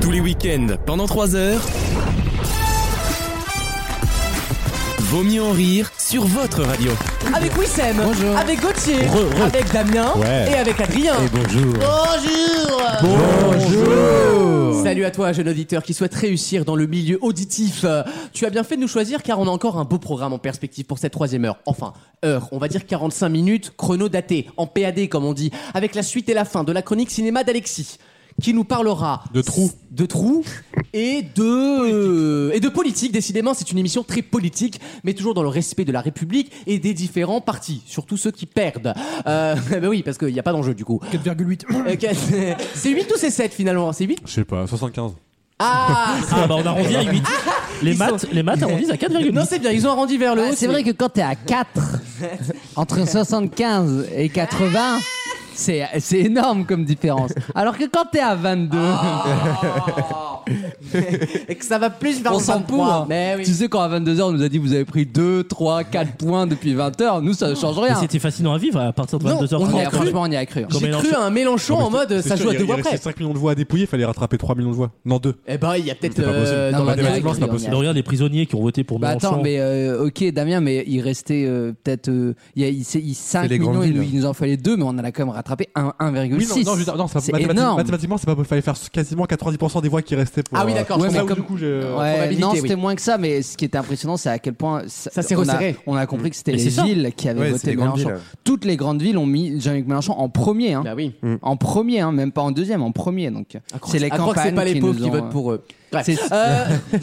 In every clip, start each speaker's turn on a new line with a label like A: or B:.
A: Tous les week-ends, pendant 3 heures. Vaut mieux en rire sur votre radio.
B: Avec Wissem,
C: Bonjour.
B: avec Gauthier,
C: Re- re-
B: avec Damien
C: Ouais.
B: et avec Adrien.
C: Et bonjour.
B: Bonjour
C: Bonjour.
B: Salut à toi, jeune auditeur qui souhaite réussir dans le milieu auditif. Euh, Tu as bien fait de nous choisir car on a encore un beau programme en perspective pour cette troisième heure. Enfin, heure, on va dire 45 minutes, chrono daté, en PAD comme on dit, avec la suite et la fin de la chronique cinéma d'Alexis, qui nous parlera
C: De trous.
B: de trous et de euh, et de politique. Décidément, c'est une émission très politique, mais toujours dans le respect de la République et des différents partis, surtout ceux qui perdent. Euh, ben oui, parce qu'il n'y a pas d'enjeu du coup.
D: 4,8.
B: Euh, qu'est- c'est 8 ou c'est 7 finalement C'est 8
C: Je sais pas, 75.
B: Ah
D: Ah bah on arrondit à 8. Les maths, les maths arrondissent à 4,8.
B: Non, c'est bien, ils ont arrondi vers le haut.
E: Ah, c'est vrai que quand t'es à 4, entre 75 et 80, c'est, c'est énorme comme différence. Alors que quand t'es à 22,
C: Ah,
B: Et que ça va plus vers
E: on
B: le
E: s'en
B: 23.
E: fout. hein.
B: Mais
E: Tu
B: oui.
E: sais, quand à 22h, on nous a dit vous avez pris 2, 3, 4 points depuis 20h, nous ça ne change
D: Et
E: rien.
D: c'était fascinant à vivre à partir de
B: Non,
E: On y a-
D: 22h30.
E: franchement, on y a cru. hein.
D: Quand
B: J'ai
D: Mélenchon-
B: cru à un Mélenchon en mode Euh, ça joue à deux voix près.
C: 5 millions de voix à dépouiller, fallait rattraper 3 millions de voix. Non, 2.
B: Eh ben, il y a peut-être
C: C'est pas possible.
B: euh, dans
E: Non,
B: la
E: mais
B: tête.
C: Mathématiquement, c'est pas
E: on y a
C: possible.
D: Alors, regarde les prisonniers qui ont voté pour
E: Bah
D: Mélenchon.
E: attends, mais euh, ok, Damien, mais il restait euh, peut-être. euh, Il y a il, c'est- il- 5
C: les
E: millions,
C: grandes
E: il, nous-
C: villes.
E: il nous en fallait 2, mais on en a quand même rattrapé un- 1,6.
C: non, non, je- non, ça-
E: c'est
C: mathémati-
E: énorme.
C: mathématiquement, c'est pas possible. Fallait faire quasiment 90% des voix qui restaient pour.
B: Ah oui,
C: euh,
B: d'accord,
C: c'est
E: ouais,
C: pour
E: mais
C: ça où,
E: comme-
C: du coup, j'ai-
B: Ouais. probabilité,
E: non,
B: oui.
E: c'était moins que ça, mais ce qui était impressionnant, c'est à quel point ça,
B: Ça s'est
E: on a-
B: resserré.
E: On a, compris que c'était
D: Mais
E: les
D: c'est ça.
E: villes qui avaient
F: Ouais, Mm. c'est
E: voté
F: les grandes
E: Mélenchon.
F: villes.
E: Toutes les grandes villes ont mis Jean-Luc Mélenchon en premier, hein.
B: Bah oui.
E: en premier, hein, même pas en deuxième, en premier. Donc c'est les
B: À croire que
E: campagnes
B: c'est pas les pauvres
E: nous
B: qui
E: ont,
B: votent
E: euh,
B: pour eux. Bref.
E: c'est-
B: Euh,
E: euh,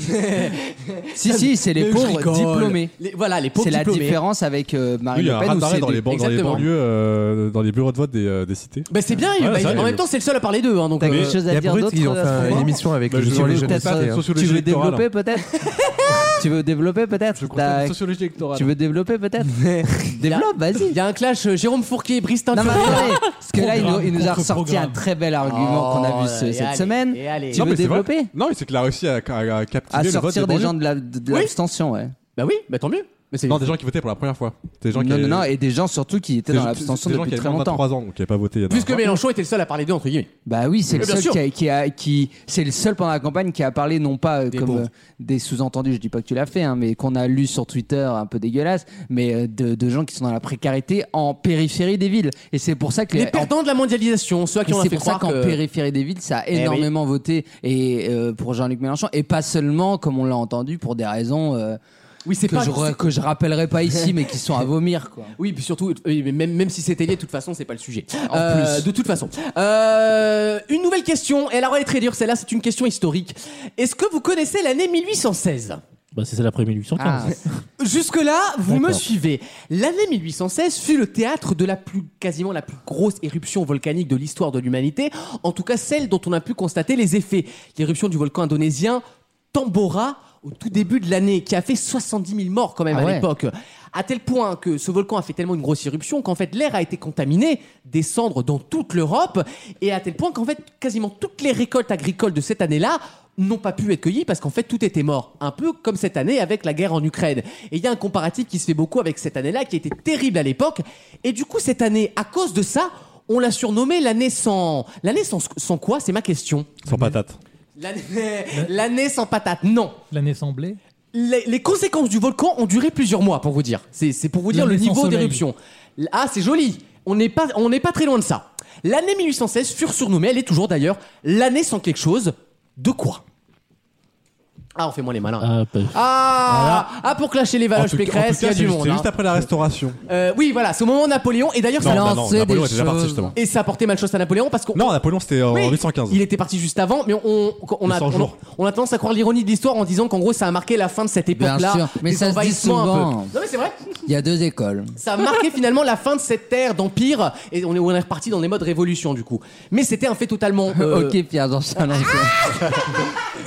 E: Si si, c'est les
B: mais je
E: pauvres
B: rigole.
E: diplômés.
B: Les- voilà, les pauvres
E: C'est la
B: diplômés.
E: différence avec euh,
C: Oui,
E: Marine
C: il y a
E: Le
C: un
E: Pen
C: rat
E: ou
C: d'arrêt
E: c'est
C: dans les bancs- dans les
B: Exactement.
C: banlieues, euh, dans les bureaux de vote des euh, des cités.
B: Bah, c'est bien,
C: Ouais,
B: bah,
C: c'est vrai,
B: en
C: mais-
B: même temps, c'est le seul à parler d'eux. hein, donc,
E: T'as
B: euh,
E: quelque chose
F: Il y
E: à
F: a
E: dire
F: Brut
E: d'autre
F: qui ont
E: à ce
F: fait une
E: moment
F: émission avec
C: Bah,
F: les
C: je
F: gens
C: voulais
F: les jeunes
E: peut-être,
F: cités,
E: euh,
F: hein.
E: Tu
C: Sociologie
E: veux
C: électorale.
E: développer peut-être Tu veux développer peut-être T'as-
C: sociologie électorale.
E: Tu veux développer peut-être Développe, vas-y.
B: Il y a un clash euh, Jérôme Fourquet, Brice
E: Non, mais
B: Tintouin.
E: attendez, parce que là, il nous, il nous a
D: Programme contre
E: ressorti un
D: programme.
E: très bel argument qu'on a vu ce-
B: Oh, et
E: cette
B: allez,
E: semaine.
B: et allez.
E: Tu
C: Non,
E: veux
C: mais c'est vrai.
E: développer
C: Non, mais c'est qu'il a réussi à, à- à captiver
E: À
C: le vote
E: sortir des
C: banlieues.
E: gens de la- de
B: Oui.
E: l'abstention, ouais.
B: Bah oui, bah tant mieux. Mais c'est-
C: Non, des gens qui votaient pour la première fois. Des gens qui
E: Non, non, non, et des gens surtout qui étaient
C: des
E: dans
C: gens-
E: l'abstention
C: des gens qui
E: depuis
C: avaient
E: très longtemps.
C: 23 ans, donc qui n'avaient pas voté. il y en a
B: Plus que
C: un.
B: Mélenchon était le seul à parler d'eux, entre guillemets.
E: Bah oui, c'est
B: Mais
E: le
B: bien
E: seul
B: sûr.
E: qui, a, qui, a- qui- c'est le seul pendant la campagne qui a parlé non pas euh, comme
B: pauvres.
E: euh, des sous-entendus, je dis pas que tu l'as fait, hein, mais qu'on a lu sur Twitter un peu dégueulasse, mais euh, de, de gens qui sont dans la précarité en périphérie des villes. Et c'est pour ça que
B: Les
E: en-
B: perdants de la mondialisation, ceux à qui
E: Et
B: on a
E: c'est
B: fait
E: pour ça
B: croire
E: qu'en
B: que- Eh
E: périphérie des villes, ça a
B: oui.
E: énormément voté et euh, pour Jean-Luc Mélenchon et pas seulement, comme on l'a entendu, pour des raisons euh,
B: Oui, c'est
E: que,
B: pas
E: je, re- que je rappellerai pas ici, mais qui sont à vomir. Quoi.
B: Oui, puis surtout, euh, oui, mais même, même si c'était lié, de toute façon, c'est pas le sujet.
E: En
B: Euh,
E: plus.
B: De toute façon. Euh, une nouvelle question, et alors elle est très dure, celle-là, c'est une question historique. Est-ce que vous connaissez l'année 1816
D: Bah, c'est celle après
E: Ah,
D: 1815.
B: Jusque-là, vous me
D: D'accord.
B: suivez. L'année 1816 fut le théâtre de la plus, quasiment la plus grosse éruption volcanique de l'histoire de l'humanité, en tout cas celle dont on a pu constater les effets. L'éruption du volcan indonésien Tambora au tout début de l'année, qui a fait 70 000 morts quand même
E: Ah
B: à
E: ouais.
B: l'époque. À tel point que ce volcan a fait tellement une grosse éruption qu'en fait l'air a été contaminé, des cendres dans toute l'Europe, et à tel point qu'en fait quasiment toutes les récoltes agricoles de cette année-là n'ont pas pu être cueillies parce qu'en fait tout était mort. Un peu comme cette année avec la guerre en Ukraine. Et il y a un comparatif qui se fait beaucoup avec cette année-là qui était terrible à l'époque. Et du coup cette année, à cause de ça, on l'a surnommée l'année sans... L'année sans, sans quoi C'est ma question.
C: Sans patate.
B: L'année l'année sans patate, non.
G: L'année semblée.
B: Les, les conséquences du volcan ont duré plusieurs mois, pour vous dire. C'est c'est pour vous dire le
G: L'année sans
B: niveau
G: soleil.
B: d'éruption. Ah, c'est joli. On n'est pas, on n'est pas très loin de ça. L'année 1816 fut surnommée, elle est toujours d'ailleurs, l'année sans quelque chose. De quoi Ah, on fait moins les malins.
D: Ah, bah,
B: Ah, ah, pour clasher les
C: Euh, En
B: valoches
C: tout- en tout cas,
B: Pécresse, il y a
C: c'est
B: du
C: juste-
B: monde.
C: C'est
B: hein.
C: juste après la restauration.
B: Euh, oui, voilà, c'est au moment de Napoléon. Et d'ailleurs, ça,
C: bah
E: lancer
C: Napoléon
E: des
C: était déjà parti
E: choses.
C: justement.
B: et ça portait malchance à Napoléon parce qu'on
C: Non, Napoléon c'était en
B: Oui,
C: 1815.
B: Il était parti juste avant, mais on, on,
C: Le
B: a,
C: cent
B: on,
C: jours.
B: on a tendance à croire l'ironie de l'histoire en disant qu'en gros ça a marqué la fin de cette
E: Bien
B: époque-là.
E: sûr, mais
B: des
E: ça se dit
B: envahissements un
E: souvent.
B: peu. Non mais c'est vrai,
E: Il y a deux écoles.
B: ça a marqué finalement la fin de cette ère d'empire et on est, on est reparti dans des modes révolution du coup. Mais c'était un fait totalement. euh,
E: Ok, Pierre jean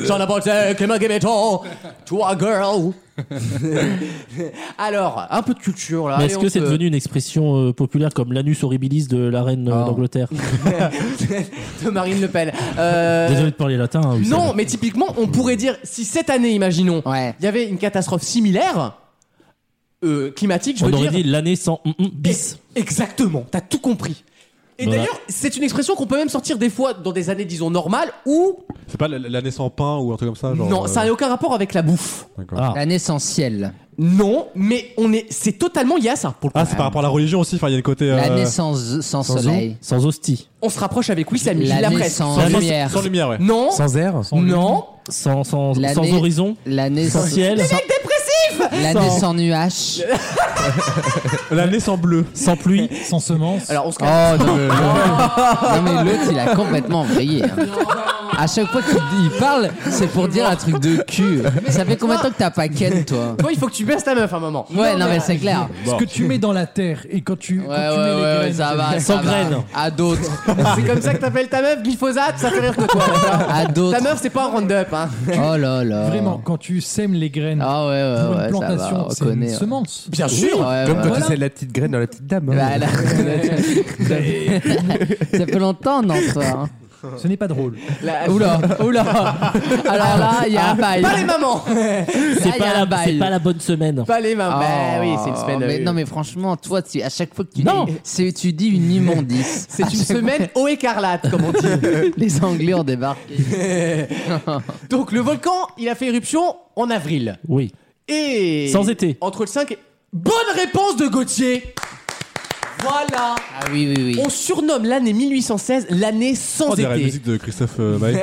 B: J'en apportais que ma guéméton, toi girl. Alors, un peu de culture
E: Bah,
B: là.
D: mais
B: et
D: est-ce
B: on
D: que c'est
B: se-
D: devenu une expression euh, populaire comme l'anus horribilis de la reine euh,
E: Oh.
D: d'Angleterre
B: de Marine Le Pen Euh,
D: Désolé de parler latin. hein, Wissem.
B: Non, mais typiquement, on pourrait dire si cette année, imaginons, il
E: Ouais.
B: y avait une catastrophe similaire euh, climatique, je
D: On
B: veux
D: aurait
B: dire.
D: dit l'année sans mm, mm, bis.
B: Exactement, t'as tout compris. Et
D: Voilà.
B: d'ailleurs, c'est une expression qu'on peut même sortir des fois dans des années, disons, normales ou.
C: C'est pas l- l'année sans pain ou un truc comme ça genre,
B: Non,
C: euh,
B: ça n'a aucun rapport avec la bouffe.
C: d'accord.
D: Ah.
E: L'année sans ciel.
B: Non, mais on est. C'est totalement. Il y a ça. Pour le coup.
C: Ah, c'est par rapport à la religion aussi, enfin il y a le côté.
E: La
C: euh,
E: naissance sans,
D: Sans eau,
E: soleil.
D: sans hostie.
B: On se rapproche avec Wissam, il
E: La
B: la presse.
D: Sans-
E: naissance sans lumière.
C: Sans lumière, ouais.
B: Non,
F: Sans air
B: non,
D: Sans, sans,
E: L'année-
D: sans horizon.
E: La
D: Sans
E: naissance.
D: ciel. Sans,
E: L'année
F: Sans-
E: sans nuages.
C: L'année sans bleu.
F: Sans pluie Sans semences
B: Alors on se
E: Oh non, mais- non mais l'autre il a complètement vrillé. hein. À chaque fois qu'il il parle, c'est pour dire un truc de cul. Ça fait combien de temps que t'as pas ken toi
B: Ah, Toi, il faut que tu baisses ta meuf un moment.
E: Ouais, non mais c'est clair.
F: Ce que tu mets dans la terre et quand tu,
E: Ouais,
F: quand tu mets
E: ouais,
F: les
E: ouais, ouais,
F: graines,
E: ça va.
D: Sans
E: ça va.
D: graines.
E: À d'autres.
B: C'est comme ça que t'appelles ta meuf glyphosate, ça fait rire que toi.
E: À
B: Ta
E: d'autres.
B: meuf, c'est pas un round-up. Hein.
E: Oh là là.
F: Vraiment, quand tu sèmes les graines
E: Ah ouais, ouais,
F: pour
E: ouais,
F: une
E: ça
F: plantation,
E: va, on
F: c'est une
E: connaît. ouais.
F: semence.
B: Bien
E: Ouais,
F: Comme
E: ouais.
F: quand tu
E: Voilà.
F: sais
E: ça,
F: de la petite graine dans la petite dame. hein.
E: fait longtemps, non, ça. hein.
F: Ce n'est pas drôle.
E: Oula, oula. Alors là, il y a un bail.
B: Pas les mamans
E: Là,
D: c'est
E: il y a
D: pas, la-
E: un
D: c'est
E: bail.
D: pas la bonne semaine.
B: Pas les mamans Bah oui, c'est une semaine.
E: Ah. Oh, Mais,
B: euh,
E: non, mais franchement, toi, tu, à chaque fois que tu
D: Non.
E: dis, c'est- tu dis une immondice.
B: C'est
E: À
B: une
E: chaque
B: semaine au écarlate, comme on dit.
E: fois, Les Anglais ont débarqué.
B: Donc le volcan, il a fait éruption en avril.
D: Oui.
B: Et.
D: Sans été.
B: Entre le 5 et. Bonne réponse de Gauthier Voilà
E: Ah oui, oui, oui.
B: On surnomme l'année 1816 l'année sans
C: On dirait la
B: été.
C: musique de Christophe euh, Maé.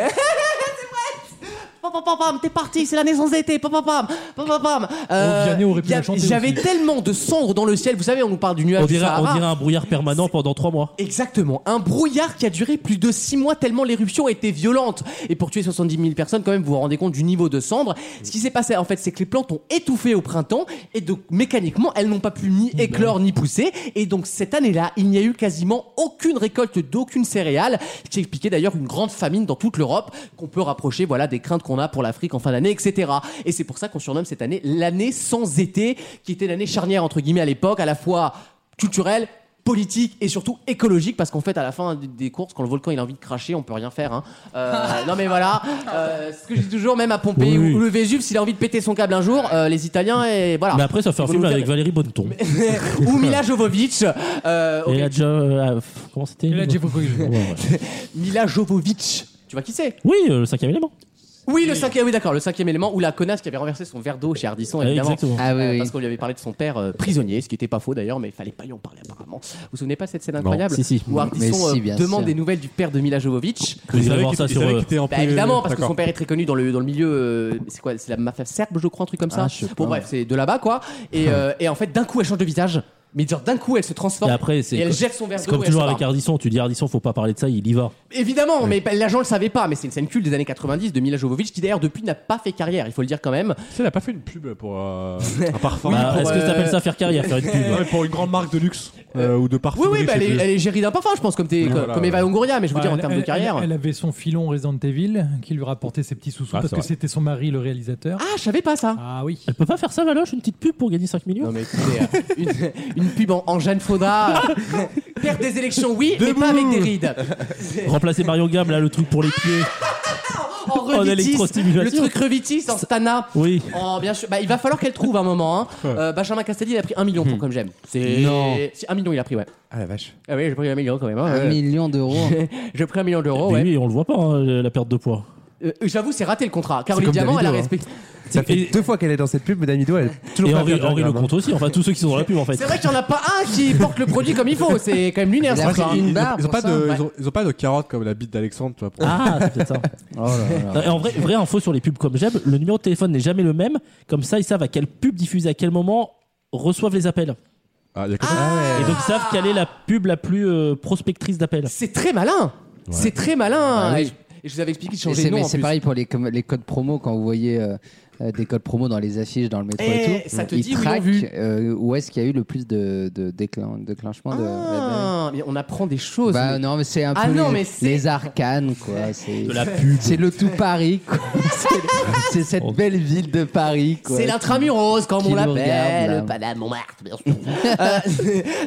B: Pam, pam, pam, pam, t'es parti, c'est l'année sans été. Pam, pam, pam, pam, pam, pam. Euh,
F: Vianney aurait pu
B: y a-
F: le chanter
B: J'avais
F: aussi.
B: tellement de cendres dans le ciel, vous savez, on nous parle du
E: euh,
B: nuage.
D: On
B: du
D: dirait, on
B: Sahara.
D: dirait un brouillard permanent pendant trois mois.
B: Exactement, un brouillard qui a duré plus de 6 mois tellement l'éruption était violente. Et pour tuer 70 000 personnes, quand même, vous vous rendez compte du niveau de cendres. Ce qui s'est passé, en fait, c'est que les plantes ont étouffé au printemps et donc mécaniquement, elles n'ont pas pu ni éclore ni pousser. Et donc cette année-là, il n'y a eu quasiment aucune récolte d'aucune céréale, ce qui expliquait d'ailleurs une grande famine dans toute l'Europe qu'on peut rapprocher, voilà, des craintes qu'on a pour l'Afrique en fin d'année, etc. Et c'est pour ça qu'on surnomme cette année l'année sans été, qui était l'année charnière entre guillemets à l'époque, à la fois culturelle politique et surtout écologique parce qu'en fait à la fin des- des courses quand le volcan il a envie de cracher on peut rien faire hein. Euh, non mais voilà euh, ce que je dis toujours même à Pompéi
D: Oui.
B: ou le Vésuve s'il a envie de péter son câble un jour euh, les Italiens et voilà
D: Mais après, ça fait un
B: Vous
D: film
B: nous
D: avec
B: avez-
D: Valérie Bonneton.
B: ou Mila Jovovich euh,
D: Et
B: ok.
D: la Jo- euh, pff, Comment c'était
F: Et là, j'ai pas corrigé.
D: Ouais, ouais.
B: Mila Jovovich tu vois qui c'est
D: Oui, euh, le cinquième élément.
B: Oui, le cinquième, oui, d'accord, le cinquième élément où la connasse qui avait renversé son verre d'eau chez Ardisson,
D: Ouais,
B: évidemment.
D: exactement.
E: Ah oui,
B: Euh,
E: oui.
B: Parce qu'on lui avait parlé de son père euh, prisonnier, ce qui n'était pas faux d'ailleurs, mais il fallait pas y en parler apparemment. Vous vous souvenez pas de cette scène incroyable
D: si, si.
B: où Ardisson
E: Mais si,
B: euh,
E: bien
B: demande
E: sûr.
B: des nouvelles du père de Mila Jovovich
D: Vous
C: Il
D: irez
C: savait
D: voir
C: qu'il-
D: ça
C: il
D: sur.
C: savait
D: euh,
C: qu'il était en
B: Bah,
C: paix,
B: évidemment, parce que
C: d'accord.
B: son père est très connu dans le, dans le milieu. euh, c'est quoi C'est la mafia serbe, je crois, un truc comme ça.
E: Ah, je sais
B: bon,
E: pas.
B: bref, c'est de là-bas, quoi. Et, euh, et en fait, d'un coup, elle change de visage. Mais genre, d'un coup, elle se transforme.
D: Et après, c'est
B: elle
D: co-
B: jette son verre
D: c'est
B: d'eau
D: comme
B: et
D: toujours
B: elle s'en
D: avec
B: va.
D: Ardisson. Tu dis Ardisson, faut pas parler de ça, il y va.
B: Évidemment, mais l'agent le savait pas. Mais c'est une scène culte des années 90 de Mila Jovovich, qui d'ailleurs, depuis, n'a pas fait carrière, il faut le dire quand même.
C: Tu sais, elle a pas fait une pub pour euh, un parfum.
D: Bah,
B: pour,
D: Est-ce que
B: euh,
D: t'appelles ça faire carrière, faire une
C: Non,
D: pub
C: mais pour une grande marque de luxe euh, ou de parfum.
B: Oui, oui, bah, elle, est, elle est gérie d'un parfum, je pense, comme, t'es-
C: Oui,
B: comme,
C: voilà,
B: comme Eva
C: ouais.
B: Longoria, mais je veux dire en
F: Elle-
B: termes de
F: elle-
B: carrière.
F: Elle, elle avait son filon Resident Evil qui lui rapportait ses petits sous-sous
C: Ah,
F: parce
C: c'est
F: que
C: vrai.
F: c'était son mari, le réalisateur.
B: Ah, je savais pas ça.
F: Ah oui.
D: Elle peut pas faire ça, Valoche, une petite pub pour gagner 5 millions
B: Non, mais écoutez, euh, une, une pub en, en Jeanne Faudra. Perte des élections, oui, mais pas avec des rides.
D: Remplacer Marion Gamme, là, le truc pour les pieds.
B: En
D: En
B: revitis, le
D: électrostimulation.
B: truc revitis en stana.
D: Oui.
B: Oh, bien sûr. Bah, il va falloir qu'elle trouve un moment. Hein. Euh, Benjamin Castaldi, il a pris un million pour Comme J'aime. C'est.
E: Hmm. Non.
B: Si, un million, il a pris, ouais.
F: Ah la vache.
B: Ah oui, j'ai pris un million quand même. hein.
E: Un
B: Euh,
E: million Bah, d'euros.
B: J'ai pris un million
F: Oh,
B: d'euros,
D: Mais
B: ouais.
D: oui, on le voit pas, hein, la perte de poids.
B: Euh, J'avoue, c'est raté le contrat. Caroline
F: comme
B: Diamant, elle a
F: Davido, hein.
B: respecté.
F: Ça fait
D: Et-
F: deux fois qu'elle est dans cette pub, mais Damido, elle est toujours
D: Et
F: pas
D: Henri,
F: perdue,
D: Henri
F: hein,
D: Lecomte aussi, enfin tous ceux qui sont dans la pub en fait.
B: C'est vrai qu'il n'y en a pas un qui porte le produit comme il faut. C'est quand même lunaire,
E: Il a
B: ça.
E: pris
B: hein.
E: une
C: Ils ont,
E: barre.
C: ils ont
E: pour
C: pas
E: ça.
C: de, ils, ont, ils ont pas de carotte comme la bite d'Alexandre, tu vois. pour-
D: Ah, c'est peut-être ça.
E: Oh là là.
D: Et en vrai, vraie info sur les pubs comme j'aime, le numéro de téléphone n'est jamais le même. Comme ça, ils savent à quelle pub diffuser, à quel moment reçoivent les appels.
C: Ah, il y a que ça.
D: Et donc, ils savent quelle est la pub la plus euh, prospectrice d'appels.
B: C'est très malin. C'est très malin.
E: Bah oui.
B: Et je- Et je vous avais expliqué de
E: Et
B: changer
E: c'est-
B: de nom.
E: mais
B: en
E: c'est
B: plus.
E: pareil pour les, com- les codes promo quand vous voyez euh, euh, des codes promo dans les affiches, dans le métro et,
B: Eh,
E: tout.
B: ça te
E: ils
B: dit où ils l'ont
E: traquent
B: vu.
E: euh, où est-ce qu'il y a eu le plus de, de déclin- déclenchement de.
B: Ah, mais on apprend des choses.
E: Bah
B: mais-
E: non, mais c'est un peu
B: Ah non, mais
E: les,
B: c'est-
E: les arcanes, quoi. C'est
D: De la pub.
E: c'est le tout Paris, quoi. C'est- C'est cette belle ville de Paris, quoi.
B: C'est l'intramurose, comme
E: Qui
B: on
E: nous
B: l'appelle.
E: regarde, hein. là.
B: Le Paname Montmartre, bien sûr. Euh,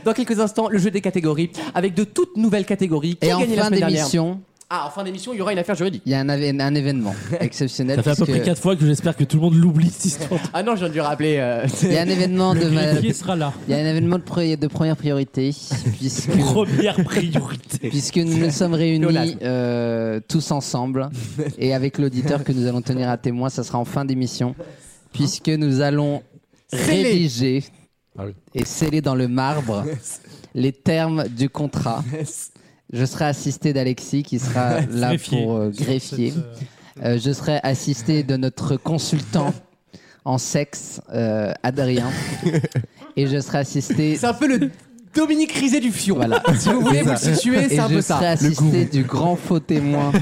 B: dans quelques instants, le jeu des catégories, avec de toutes nouvelles catégories. Qui
E: Et
B: a
E: en
B: gagné la
E: fin
B: semaine dernière
E: d'émission,
B: Ah, en fin d'émission, il y aura une affaire juridique.
E: Il y a un, av- un événement exceptionnel.
D: Ça fait à peu
E: puisque
D: près 4 fois que j'espère que tout le monde l'oublie cette histoire.
B: Ah non, je viens de lui rappeler. euh,
E: Il y a un événement de ma-
F: Le greffier sera là.
E: Il y a un événement de, pre- de première priorité, puisque,
D: Première priorité.
E: puisque nous nous sommes réunis
B: Léonasme.
E: euh, tous ensemble et avec l'auditeur que nous allons tenir à témoin, ça sera en fin d'émission, puisque nous allons
B: Sceller.
E: rédiger
C: Ah oui.
E: et sceller dans le marbre les termes du contrat. Je serai assisté d'Alexis qui sera là
F: Greffier.
E: pour euh, greffier. Euh, je serai assisté de notre consultant en sexe, euh, Adrien. Et je serai assisté
B: C'est un peu le Dominique Rizet du Fion. Voilà. Si vous voulez vous le situer,
E: Et
B: c'est un
E: je
B: peu
E: serai
B: ça.
E: assisté du grand faux témoin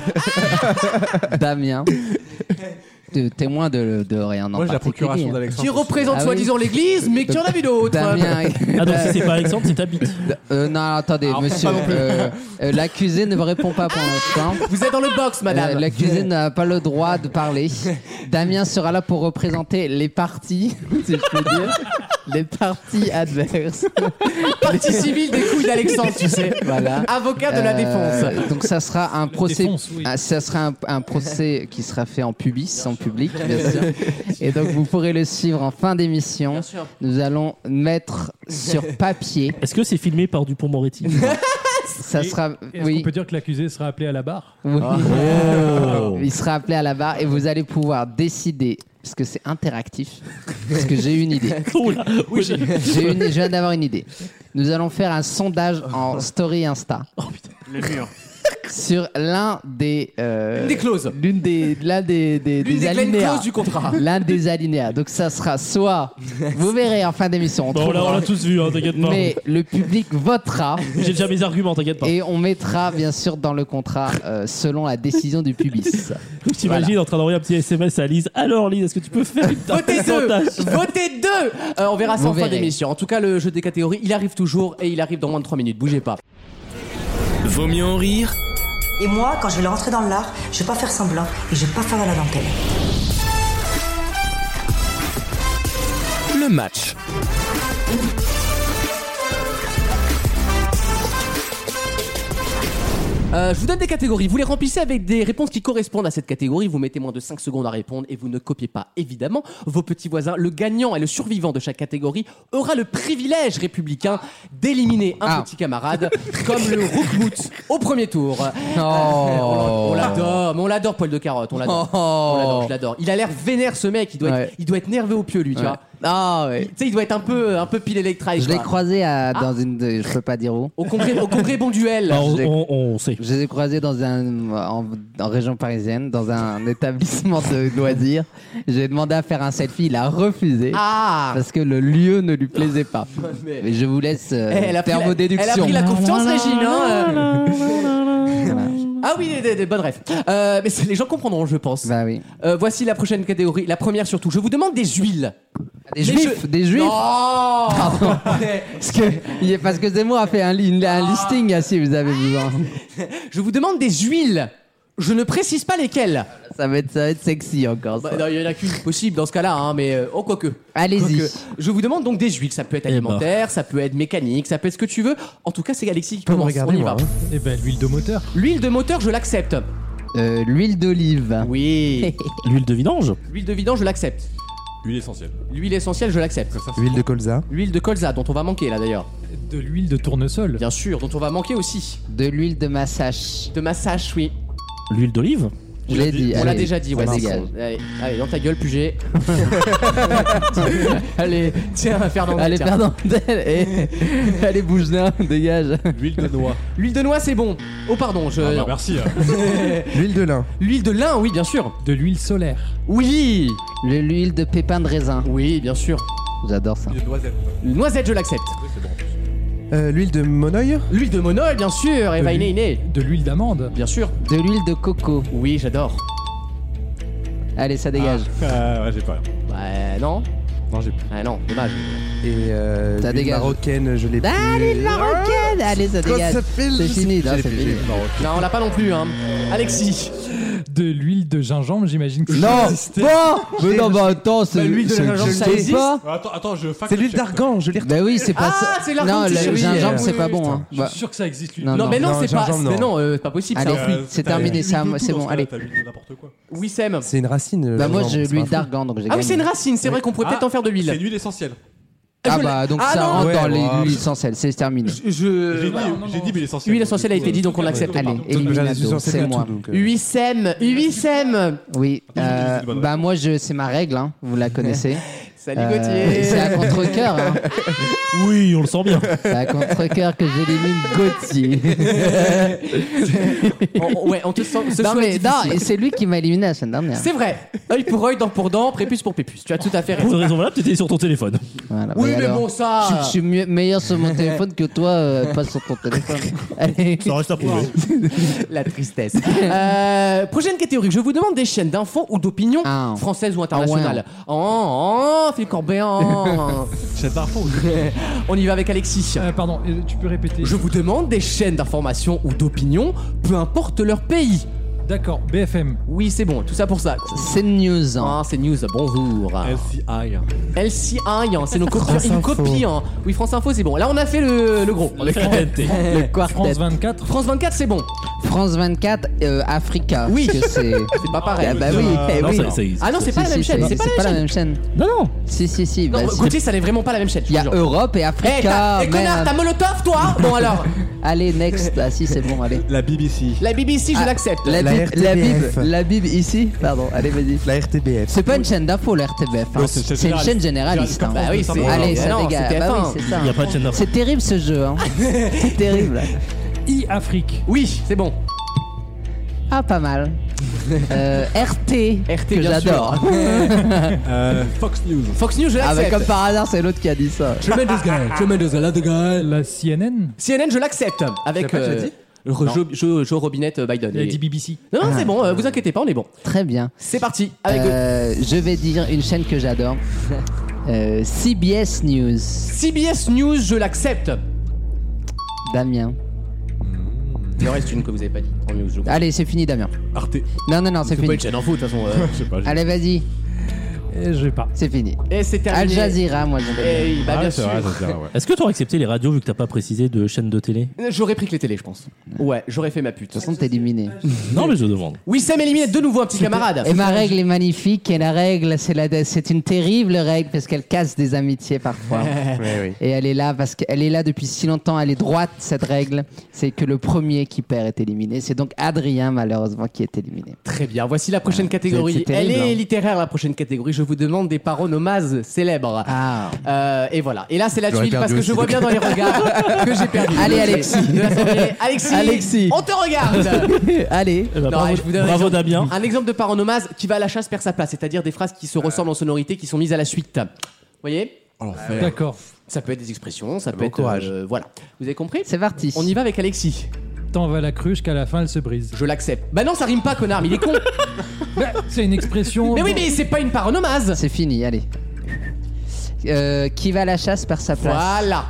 E: Damien. De témoin de, de rien. en
C: Moi, j'ai la
E: particulier,
C: procuration
E: hein.
C: d'Alexandre.
B: Qui représente
E: Ah oui.
B: soi-disant l'église, mais qui en a vu d'autres.
E: hein. Damien.
D: Ah non, si c'est pas Alexandre, c'est ta bite.
E: Euh, non, attendez, monsieur. euh, euh, L'accusé ne me répond pas pour l'instant.
B: Vous êtes dans le box, madame.
E: Euh, L'accusé n'a pas le droit de parler. Damien sera là pour représenter les parties, si je peux dire, les parties adverses.
B: Partie civile des couilles d'Alexandre, tu sais.
E: Voilà.
B: Avocat de la
E: Euh,
B: défense.
E: donc ça sera un procès,
F: défense, oui.
E: ah, ça sera un, un procès qui sera fait en public, sans public, bien sûr. Et donc vous pourrez le suivre en fin d'émission.
B: sûr.
E: Nous allons mettre sur papier.
D: Est-ce que c'est filmé par Dupont-Moretti
E: Ça sera,
B: Ah,
F: Est-ce qu'on
E: oui,
F: peut dire Ah. que l'accusé sera appelé à la barre
E: oui.
D: Oh
E: il sera appelé à la barre et vous allez pouvoir décider. Parce que c'est interactif. Parce que j'ai une idée.
D: Oula, oui, j'ai-
E: J'ai une, je viens d'avoir une idée. Nous allons faire un sondage en story Insta
D: Oh, putain.
E: sur l'un des, euh,
B: Une des clauses.
E: l'une des, l'un des, des,
B: L'une
E: des
B: des grandes
E: alinéas.
B: clauses du contrat.
E: L'un des alinéas. Donc ça sera soit, vous verrez en fin d'émission, on
D: Bon, on l'a- on
E: trouvera,
D: l'a tous vu, hein, t'inquiète pas.
E: mais le public votera
D: J'ai déjà mes arguments, t'inquiète pas.
E: et on mettra bien sûr dans le contrat euh, selon la décision du public.
D: Je t'imagine en train d'envoyer un petit SMS à Lise. Alors, Lise, est-ce que tu peux faire une
B: Votez
D: petite
B: deux
D: sondage
B: Votez deux Euh, On verra ça en
E: Vous
B: fin
E: verrez.
B: d'émission. En tout cas, le jeu des catégories, il arrive toujours et il arrive dans moins de 3 minutes. Bougez pas.
A: Vaut mieux en rire
G: Et moi, quand je vais rentrer dans l'art, je vais pas faire semblant et je vais pas faire à la dentelle.
A: le match.
B: Euh, je vous donne des catégories. Vous les remplissez avec des réponses qui correspondent à cette catégorie. Vous mettez moins de 5 secondes à répondre et vous ne copiez pas, évidemment, vos petits voisins. Le gagnant et le survivant de chaque catégorie aura le privilège républicain d'éliminer un
E: Ah.
B: petit camarade comme le Rookmout au premier tour. On
E: Oh,
B: l'adore, mais on l'adore, poil de carotte. On l'adore. On l'adore, je l'adore. Il a l'air vénère ce mec, il doit, être,
E: Ouais.
B: il doit être nerveux au pieu lui, tu vois.
E: Ah
B: Il-
E: ouais. Ah.
B: Tu sais, il doit être un peu, un peu pile Electra.
E: Je l'ai
B: quoi.
E: croisé à, dans une, de- je peux pas dire où.
B: Au congrès, au congrès bon duel.
D: Ah, on,
E: j'ai-
D: on- on sait.
E: Je les ai croisés dans un, en, en région parisienne, dans un établissement de loisirs. J'ai demandé à faire un selfie, il a refusé.
B: Ah
E: Parce que le lieu ne lui plaisait pas.
B: Mais-
E: Mais je vous laisse euh,
B: Eh, elle, a pris la, elle a
E: thermodéduction.
B: pris la confiance, Régine. hein, euh. ah oui, des, des- des bonnes rêves. Euh, mais c'est- les gens comprendront, je pense.
E: Bah oui.
B: Euh, voici la prochaine catégorie, la première surtout. Je vous demande des huiles.
E: Des juifs,
B: che-
E: des juifs.
B: Non
E: Parce que, il est- parce que Zemmour a fait un, li- un listing, ah, si vous avez besoin.
B: Je vous demande des huiles. Je ne précise pas lesquelles.
E: Ça va être, ça va être sexy encore. ça.
B: Bah, non, il y en a qu'une possible dans ce cas-là, hein, mais euh, oh, quoique.
E: Allez-y.
B: Quoique. Je vous demande donc des huiles. Ça peut être
D: Eh ben.
B: alimentaire, ça peut être mécanique, ça peut être ce que tu veux. En tout cas, c'est Alexis qui commence. On y va.
F: Eh ben, l'huile de moteur.
B: L'huile de moteur, je l'accepte.
E: Euh, L'huile d'olive.
B: Oui.
D: L'huile de vidange
B: L'huile de vidange, je l'accepte.
C: Huile essentielle.
B: L'huile essentielle, je l'accepte.
H: Huile de colza.
B: L'huile de colza, dont on va manquer là d'ailleurs.
F: De l'huile de tournesol.
B: Bien sûr, dont on va manquer aussi.
E: De l'huile de massage.
B: De massage, oui.
D: L'huile d'olive
E: Je l'ai dit.
B: on l'a
E: allez,
B: déjà dit,
E: ça
B: ouais, c'est
E: dégage.
B: bon. Allez, allez, dans ta gueule, Puget. allez, tiens, Fernand.
E: Allez,
B: tiens.
E: Fernandel. eh, Allez, bouge là, dégage.
C: L'huile de noix.
B: L'huile de noix, c'est bon. Oh, pardon, je.
C: Ah bah,
B: non.
C: merci. hein.
H: L'huile de lin.
B: L'huile de lin, oui, bien sûr.
F: De l'huile solaire.
B: Oui.
E: Le- L'huile de pépin de raisin.
B: Oui, bien sûr.
E: J'adore ça.
C: L'huile de noisette.
B: Noisette, je l'accepte.
H: Euh, l'huile de monoï.
B: L'huile de monol, bien sûr. Et
F: De
B: va
F: l'huile-
B: iné, iné.
F: De l'huile d'amande.
B: Bien sûr.
E: De l'huile de coco.
B: Oui, j'adore.
E: Allez, ça dégage.
C: Ah, ouais, j'ai pas.
B: Ouais, Bah, non.
C: Non, j'ai plus.
B: Ouais, non, dommage.
H: Et euh,
E: Ça
H: l'huile
E: dégage.
H: marocaine, je l'ai
E: Ah, l'huile marocaine. Allez, ça
H: Comment ça
E: dégage.
H: s'appelle
E: C'est
H: Je sais
E: fini,
H: plus,
E: non,
H: je
E: c'est
H: l'ai plus,
E: fini.
H: j'ai-
B: Non, on l'a pas non plus, hein. Alexis.
F: de l'huile de gingembre, j'imagine que ça
E: Non,
F: existait.
E: bon, mais non, bah attends, c'est
B: Bah, l'huile de
E: ça
B: la gingembre, ça
E: existe
B: existe
E: pas.
C: Attends, attends, je fact
H: C'est l'huile
C: check.
H: d'argan, je l'ai
E: Bah oui, c'est pas
B: Ah,
E: ça.
B: c'est l'argent
E: Non,
B: que
E: le
B: tu fais, oui,
E: gingembre,
B: oui,
E: c'est
B: oui,
E: pas
B: oui,
E: bon. hein.
C: Je suis
E: Bah,
C: sûr que ça existe l'huile.
E: Non,
B: Non, mais non, c'est pas,
H: gingembre,
B: mais
H: non.
B: non, euh, c'est pas possible.
E: Allez,
B: ça.
C: Euh,
E: c'est
C: t'as-
E: terminé,
C: t'as
E: ça,
C: l'huile de
E: c'est
C: tout
E: bon,
C: dans ce
E: allez.
C: cas-là, t'as l'huile de n'importe quoi.
B: Oui, Sam.
H: C'est une racine. euh, le
E: Bah moi,
H: gingembre,
E: j'ai
H: c'est pas
E: l'huile
H: grave.
E: d'argan, donc j'ai
B: Ah oui,
E: gagné.
B: c'est une racine, c'est vrai qu'on pourrait
C: Ah,
B: peut-être en faire de
C: C'est une
B: l'huile.
C: huile essentielle.
E: Ah
B: Je
E: bah
B: l'ai-
E: donc
B: Ah
E: ça
B: non,
E: rentre
H: ouais,
E: dans les-
H: bah,
E: l'huile essentielle, c'est terminé.
B: Je- je-
C: J'ai dit-
F: non, non,
C: j'ai
F: non.
C: dit huile essentielle.
B: Huile essentielle a été dit, donc on l'accepte.
E: Allez,
C: Pardon.
H: Donc, j'en ai
E: éliminato,
H: sur-
E: c'est
H: tout,
E: moi.
H: donc, euh,
B: 8ème, 8ème
E: Oui,
C: Attends, je
E: euh,
C: dis bonne
E: bah moi, je- c'est ma règle, hein, vous la connaissez.
B: Salut
E: Euh, C'est à
B: Gauthier
E: contre-coeur, hein.
D: Oui, on le sent bien.
E: c'est à contre-coeur que j'élimine Gauthier.
B: On- Ouais, on te sent. ce
E: non,
B: choix est
E: mais non,
B: difficile.
E: et c'est lui qui m'a éliminé la semaine dernière.
B: C'est vrai. Œil pour œil, dent pour dent, prépuce pour prépuce. Tu as tout à fait
D: Pour
B: raison.
D: cette raison valable, t'étais sur ton téléphone.
E: Voilà,
B: Oui,
E: bah,
B: mais
E: alors,
B: bon, ça.
E: Je, je suis mieux- meilleur sur mon téléphone que toi, euh, pas sur ton téléphone. Allez.
D: Ça reste à prouver.
B: La tristesse. Euh, prochaine catégorie. Je vous demande des chaînes d'infos ou d'opinions
E: Ah.
B: françaises ou internationales. Oh, oh, Philippe Corbet. oh.
C: Chaîne d'info.
B: On y va avec Alexis.
F: Euh, pardon, euh, tu peux répéter.
B: Je vous demande des chaînes d'information ou d'opinion, peu importe leur pays.
F: D'accord, BFM.
B: Oui, c'est bon, tout ça pour ça.
E: C'est news. hein.
B: Ah, c'est news, bonjour.
C: LCI.
B: LCI, hein, c'est nos copies.
H: France
B: Une
H: Info.
B: copie, hein. Oui, France Info, c'est bon. Là, on a fait le, le gros. Ah,
E: Le quartet.
F: France 24.
B: France 24, c'est bon.
E: France 24, euh, Africa.
B: Oui.
E: parce que c'est.
B: C'est pas pareil.
E: Ah bah oui, eh
D: Non,
E: oui.
D: ça, ça existe.
B: Ah non, c'est pas
E: Si,
B: la même
E: si,
B: chaîne. C'est pas la même chaîne.
E: chaîne.
D: Non, non.
E: Si, si, si. bah,
B: Non,
E: c'est-
B: Gauthier, ça n'est vraiment pas la même chaîne.
E: Il y a Europe et
B: Eh,
E: Africa.
B: connard,
E: merde.
B: t'as Molotov, toi Bon alors,
E: Allez, next. Ah si, c'est bon, allez.
C: La BBC.
B: la BBC, je
E: Ah,
B: l'accepte.
E: La,
H: La
E: Bible, la Bible,
H: RTBF.
E: la Bible ici. Pardon, allez, vas-y.
H: La RTBF.
E: C'est pas une chaîne d'info, la RTBF. hein.
C: Non, c'est une chaîne
E: C'est une chaîne généraliste.
C: généraliste.
E: hein.
B: Bah oui, c'est
E: Allez,
B: Ah
E: ça
B: non,
E: dégage.
B: c'est
E: Bah
B: TF1.
E: oui, c'est ça.
D: Il n'y a pas de chaîne d'info.
E: C'est terrible ce jeu, hein. C'est terrible.
F: I-Afrique.
B: Oui, c'est bon.
E: Ah, pas mal. Euh, RT,
B: RT,
E: que
B: bien sûr.
E: j'adore.
C: Euh, Fox News.
B: Fox News, je
E: Ah, bah,
B: l'accepte.
E: comme par hasard, c'est l'autre qui a dit ça.
B: Tremendous guy, tremendous guy, la de guy.
F: La CNN.
B: CNN, je l'accepte. Avec.
H: Tu l'as pas
B: euh,
H: déjà dit
B: Re- Joe, Joe- Joe Robinette euh, Biden.
F: La
B: Et-
F: DBBC.
B: Non, non, c'est bon, euh, vous inquiétez pas, on est bon.
E: Très bien.
B: C'est parti. Avec le
E: Euh, je vais dire une chaîne que j'adore. Euh, CBS News.
B: CBS News, je l'accepte.
E: Damien.
B: Il en reste une que vous avez pas dit en news, je crois.
E: Allez, c'est fini, Damien.
C: Arte.
E: Non, non, non, c'est
B: C'est pas
E: fini.
B: une chaîne info de toute façon. euh.
C: Je sais pas. j'ai-
E: Allez, vas-y,
F: Et Eh, je vais pas.
E: c'est fini.
B: Et c'est
E: Al
B: terminé.
E: Jazeera, moi, j'en ai.
B: Eh oui, bah
C: Ah,
B: bien
C: c'est
B: sûr.
C: vrai, ça, c'est vrai, ouais.
D: Est-ce que tu aurais accepté les radios vu que t'as pas précisé de chaîne de télé
B: J'aurais pris que les télés, je pense. Ouais, j'aurais fait ma pute.
E: De toute façon, t'es éliminé.
D: Non, mais je demande.
B: Wissem élimine de nouveau un petit camarade.
E: Et ma règle est magnifique. Et la règle, c'est la, c'est une terrible règle parce qu'elle casse des amitiés parfois. Et elle est là parce qu'elle est là depuis si longtemps. Elle est droite cette règle. C'est que le premier qui perd est éliminé. C'est donc Adrien malheureusement qui est éliminé.
B: Très bien, voici la prochaine catégorie.
E: Ah, c'est terrible,
B: Elle est
E: hein.
B: littéraire, la prochaine catégorie. Je vous demande des paronomases célèbres.
E: Ah.
B: Euh, et voilà. Et là, c'est la
H: J'aurais
B: tuile parce que
H: perdu
B: je
H: aussi,
B: vois
H: donc.
B: bien dans les regards que j'ai perdu.
E: Allez,
B: De
E: Alexis.
B: l'Assemblée. Alexis.
E: Alexis. Bah,
B: On te regarde.
E: Allez.
D: Eh ben,
B: Non,
D: bravo
B: je vous donne un
D: bravo,
B: exemple.
D: Damien.
B: Un exemple de paronomase qui va à la chasse perd sa place, c'est-à-dire des phrases qui se ressemblent en sonorité, qui sont mises à la suite. Vous voyez
F: D'accord.
B: Ça peut être des expressions, ça peut
H: bon
B: être.
H: courage.
B: euh, voilà. Vous avez compris
E: C'est parti.
B: On y va avec Alexis.
F: Tant va la cruche qu'à la fin elle se brise.
B: Je l'accepte. Bah non, ça rime pas, connard, mais il est con.
F: Bah, c'est une expression.
B: mais oui, mais c'est pas une paronomase.
E: C'est fini. Allez. Euh, qui va à la chasse par sa place
B: Voilà.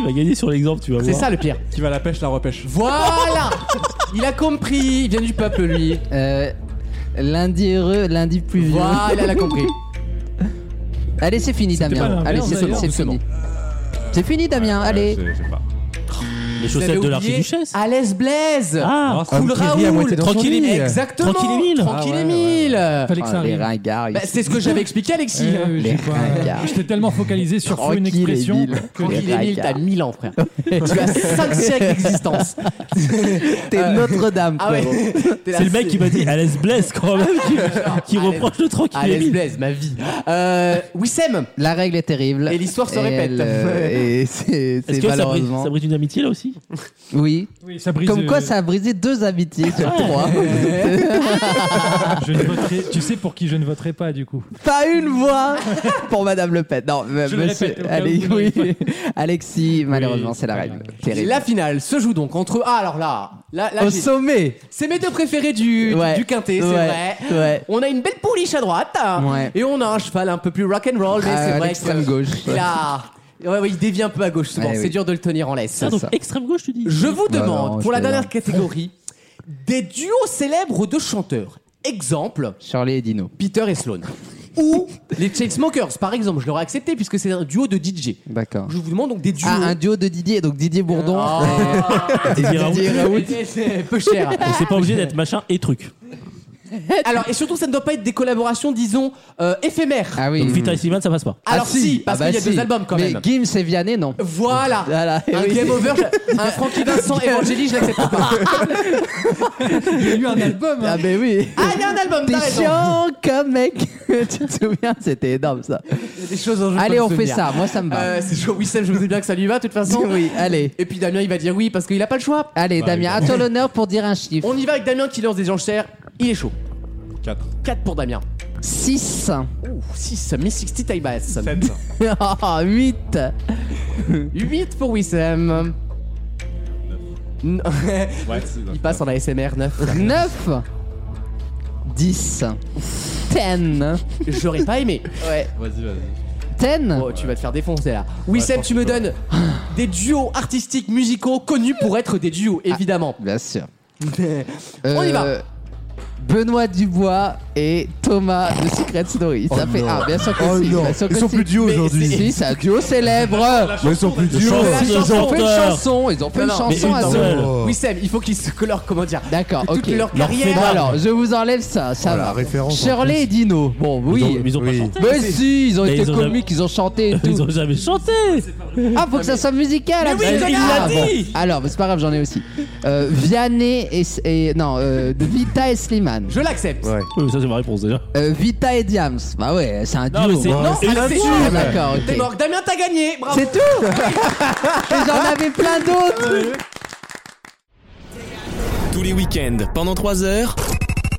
D: Il va gagner sur l'exemple, tu vas voir.
B: C'est ça le pire.
C: Qui va à la pêche, la repêche.
B: Voilà Il a compris, il vient du peuple lui.
E: Euh, lundi heureux, lundi pluvieux.
B: Voilà, il a compris.
E: Allez, c'est fini,
F: pas
E: Damien.
F: l'inverse,
E: Allez, c'est
F: d'ailleurs,
E: c'est
B: doucement.
E: fini. C'est fini, Damien. Allez.
C: Ouais, je sais pas.
D: Les
B: Vous avez
D: chaussettes de
B: oublié
D: l'archiduchesse.
B: Alès Blaise
D: Ah,
B: Cool
H: qui rit à
B: Raoul
H: moitié dans son
D: Tranquille et
H: lit.
D: mille.
B: Exactement
D: Tranquille et mille.
B: Tranquille
E: Ah
B: et
E: ouais, ouais,
B: mille.
F: Fallait que ça
E: Ah, les
F: arrive.
E: ringards.
B: Bah,
E: ici.
B: C'est ce que j'avais expliqué Alexis Euh,
F: Eh, oui, j'ai
E: Les
F: pas-
E: ringards.
F: J'étais tellement focalisé sur faut une
E: Tranquille et
F: expression.
E: mille.
B: Tranquille
E: Les
B: et mille,
E: ringards.
B: t'as mille ans frère Tu as 5 siècles d'existence
E: T'es Notre-Dame.
B: Ah ouais
E: frérot.
B: T'es là,
D: C'est le mec qui m'a dit Alès Blaise quand même, qui, qui
B: Alès-
D: reproche le tranquille et
B: Alès
D: mille.
B: Blaise, ma vie Euh, Wissem
E: La règle est terrible.
B: Et l'histoire se
E: Et
B: répète.
E: elle, euh, et c'est
D: Est-ce que
E: c'est
D: ça brise,
E: malheureusement.
D: ça brise une amitié là aussi
E: Oui.
F: Oui, ça brise.
E: Comme
F: euh,
E: quoi, ça a brisé deux amitiés sur trois.
F: Je ne voterai. Tu sais pour qui je ne voterai pas du coup.
E: Pas une voix pour Madame Le Pen. Non,
F: Je le
E: monsieur.
F: répète, au cas
E: allez,
F: où vous
E: oui.
F: n'auriez
E: Alexis, malheureusement, c'est la
F: très
E: règle.
F: bien.
E: Terrible.
B: La finale se joue donc entre... Ah alors là, là, là
E: Au
B: j'ai-
E: sommet.
B: C'est mes deux préférés du,
E: Ouais.
B: du Quintet, c'est
E: Ouais.
B: vrai
E: Ouais.
B: On a une belle pouliche à droite hein.
E: Ouais.
B: et on a un cheval un peu plus rock and roll, mais
E: Ah,
B: c'est
E: à
B: vrai
E: l'extrême
B: que
E: gauche.
B: Il a- ouais, ouais, il dévie un peu à gauche souvent.
E: Ouais,
B: c'est
E: oui.
B: dur de le tenir en laisse.
D: Ah, donc
E: ça.
D: extrême gauche, tu dis
B: Je vous
E: non,
B: demande
E: non,
B: pour
E: je
B: la
E: plaisante.
B: dernière catégorie des duos célèbres de chanteurs. Exemple,
E: Shirley et Dino.
B: Peter et Sloan. Ou les Chainsmokers, par exemple, je l'aurais accepté puisque c'est un duo de DJ.
E: D'accord.
B: Je vous demande donc des duos.
E: Ah, un duo de Didier, donc Didier Bourdon.
B: Ah.
D: Didier Raoult.
E: Didier Raoult.
B: C'est- C'est peu cher.
D: Et c'est pas obligé d'être machin et truc.
B: Alors, et surtout, ça ne doit pas être des collaborations, disons, euh, éphémères.
E: Ah oui.
D: Donc
B: Mm.
D: Fit Ice Iman, ça passe pas.
B: Alors,
E: Ah
B: si, parce
E: Ah bah
B: qu'il y a
E: si.
B: deux albums quand
E: Mais
B: même.
E: Gims et Vianney, non.
B: Voilà.
E: Voilà.
B: Un
E: Oui.
B: Game Over, je- un Frankie Vincent Evangélie, je l'accepte pas.
F: Il y a eu un album. hein.
E: Ah, mais oui.
B: Ah, il y a un album,
E: T'es
B: t'as raison.
E: chiant comme mec. tu te souviens, c'était énorme ça.
B: Des choses dont je
E: Allez,
B: peux
E: on
B: me
E: fait
B: souvenir.
E: ça. Moi, ça me va.
B: Euh, c'est chaud, Wissem, je vous dis bien que ça lui va, de toute façon.
E: oui, allez.
B: Et puis Damien, il va dire oui parce qu'il a pas le choix.
E: Allez,
C: Bah,
E: Damien, à toi l'honneur pour dire un chiffre.
B: On y va avec Damien qui lance des enchères. Il est chaud.
C: 4.
B: 4 pour Damien.
E: 6,
B: Ouh, 6, Miss 60 taille basse.
E: 8,
B: 8 pour Wissem. Non.
C: Ouais, c'est
B: il passe en ASMR 9.
E: 9, 10, 10,
B: J'aurais pas aimé. Ouais.
C: Vas-y, vas-y.
E: 10.
B: Oh, tu vas te faire défoncer là. Wissem, tu me donnes des duos artistiques musicaux connus pour être des duos, évidemment.
E: Bien sûr. Euh,
B: On y va.
E: Benoît Dubois et Thomas de Secret Story. Ça fait un, bien sûr que
H: Oh
E: si,
H: non,
E: bien sûr que
H: ils sont
E: si.
H: plus duo
B: Mais
H: aujourd'hui.
E: Si, c'est un duo célèbre.
H: Mais ils sont plus duo.
D: chanson.
B: Mais la
D: Ils
E: Ils ont fait une
D: chanteur.
E: chanson, ils ont fait
B: Non,
E: une
B: non,
D: mais
E: chanson
D: une
E: à
D: seule.
E: ce
H: Oh.
B: Wissem, il faut qu'ils se colorent, comment dire
E: D'accord,
B: Toute
E: ok.
B: leur
D: Leur
B: carrière.
D: fédale.
E: Alors, je vous enlève ça, ça
H: Oh,
E: va.
H: la référence. en
E: Shirley et Dino. Bon,
D: Ils
E: oui.
D: ont- ils ont pas
H: Oui.
D: chanté.
E: Mais si, ils ont
D: Mais
E: été
D: ils ont
E: comiques, ils ont chanté et
D: Ils
E: tout.
D: ont jamais chanté.
E: Ah, faut que ça soit musical.
B: Mais oui,
E: après.
B: il
E: Ah,
B: l'a
E: bon.
B: dit.
E: Alors, mais c'est pas grave, j'en ai aussi. Euh, Vianney et, et- non, euh, Vita et Slimane.
B: Je l'accepte.
H: Ouais.
D: Oui, ça c'est ma réponse déjà.
E: Euh, Vita et Diams. Bah ouais, c'est un duo.
D: Non, mais c'est
H: Ouais.
D: non,
B: Non,
D: c'est
B: alors,
D: une
B: c'est-
E: Ah,
D: insulte.
E: D'accord,
B: T'es
E: ok.
B: mort. Damien, t'as gagné. Bravo.
E: C'est tout. Et J'en avais plein d'autres.
A: Tous les week-ends, pendant 3 heures.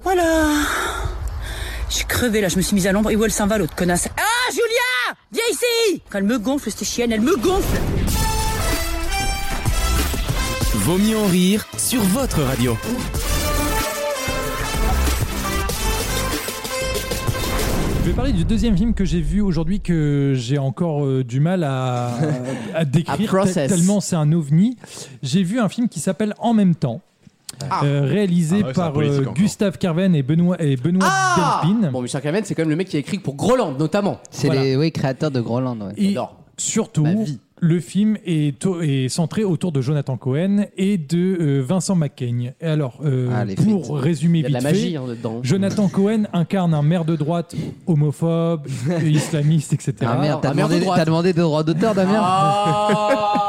I: Voilà. Je suis crevée là, je me suis mise à l'ombre. Et où elle s'en va l'autre connasse Ah, Julia Viens ici Quand elle me gonfle, cette chienne, elle me gonfle
A: Vaut mieux en rire sur votre radio.
F: Je vais parler du deuxième film que j'ai vu aujourd'hui que j'ai encore euh, du mal à, à
B: À
F: décrire
B: process.
F: tel- tellement c'est un ovni. J'ai vu un film qui s'appelle En même temps. euh,
C: Ah
F: réalisé
C: ouais, c'est un
F: par
C: politique
F: euh,
C: encore.
F: Gustave Carven et Benoît et Benoît
B: Ah
F: Delpine.
B: Bon, Michel Cavène, c'est quand même le mec qui a écrit pour Groland, notamment.
E: C'est
F: Voilà.
E: les oui, créateurs de Groland. Ouais.
F: Et
B: J'adore.
F: surtout,
E: Ma vie.
F: le film est, to- est centré autour de Jonathan Cohen et de euh, Vincent McCain. Et alors, euh,
E: Ah, les
F: pour
E: frites.
F: résumer
B: Il y a de
F: vite
B: la
F: fait,
B: magie hein, dedans.
F: Jonathan Cohen incarne un maire de droite homophobe, islamiste, etc.
E: Ah merde, t'as
B: Ah, merde,
E: demandé,
B: droite.
E: t'as demandé des droits d'auteur, Damien
B: Ah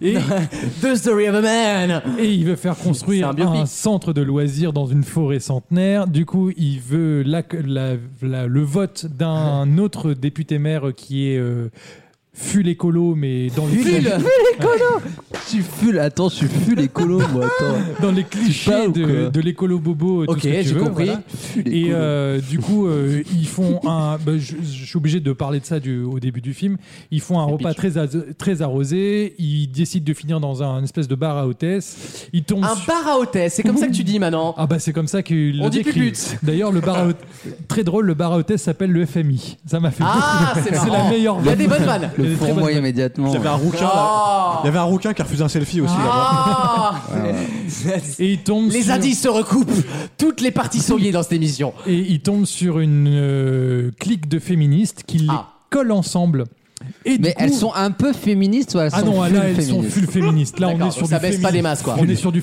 F: Et,
B: The Story of a Man
F: et il veut faire construire
B: C'est un
F: un,
B: biopic.
F: centre de loisirs dans une forêt centenaire. Du coup, il veut la- la- la- le vote d'un autre député maire qui est euh, full écolo, mais dans les,
B: Full
E: Je suis full, attends, je suis full écolo, moi, attends.
F: dans les clichés
E: ou
F: de,
E: quoi
F: de l'écolo bobo. tout
B: Ok,
F: ce que tu
B: j'ai
F: veux,
B: compris.
F: voilà.
E: Full
F: Et
E: écolo.
F: euh, du coup, euh, ils font un. bah, je, je suis obligé de parler de ça du- au début du film. Ils font un repas très, as- très arrosé. Ils décident de finir dans un espèce de bar à hôtesse. Ils tombent.
B: Un
F: sur-
B: bar à hôtesse, c'est comme ça que tu dis maintenant.
F: Ah bah c'est comme ça qu'il
B: On
F: le
B: dit plus
F: décrit.
B: lutte.
F: D'ailleurs le bar à hôte- très drôle le bar à hôtesse s'appelle le FMI. Ça m'a fait
B: Ah, c'est
F: c'est
B: marrant.
F: la meilleure
B: Il y a des
F: vanne.
B: bonnes vannes.
F: Elle est
E: Le
F: très
E: fond,
F: bonne.
E: moi, immédiatement.
C: Il y avait un rouquin. là.
B: Ah.
C: Il y avait un rouquin qui a refusé un selfie aussi. là-bas.
B: Ah.
F: Et ils tombent
B: Les
F: sur...
B: indices se recoupent. Toutes les parties sont liées dans cette émission.
F: et ils tombent sur une euh, clique de féministes qui les
B: Ah.
F: collent ensemble. Et du
E: Mais
F: coup-
E: elles sont un peu féministes ou elles
F: ah
E: sont
F: non,
E: full
F: là, elles sont
E: féministes
F: full féministes. Là, on
B: D'accord,
F: est sur
B: ça
F: du
B: baisse pas
F: féminisme.
B: des masses, quoi.
F: On est sur du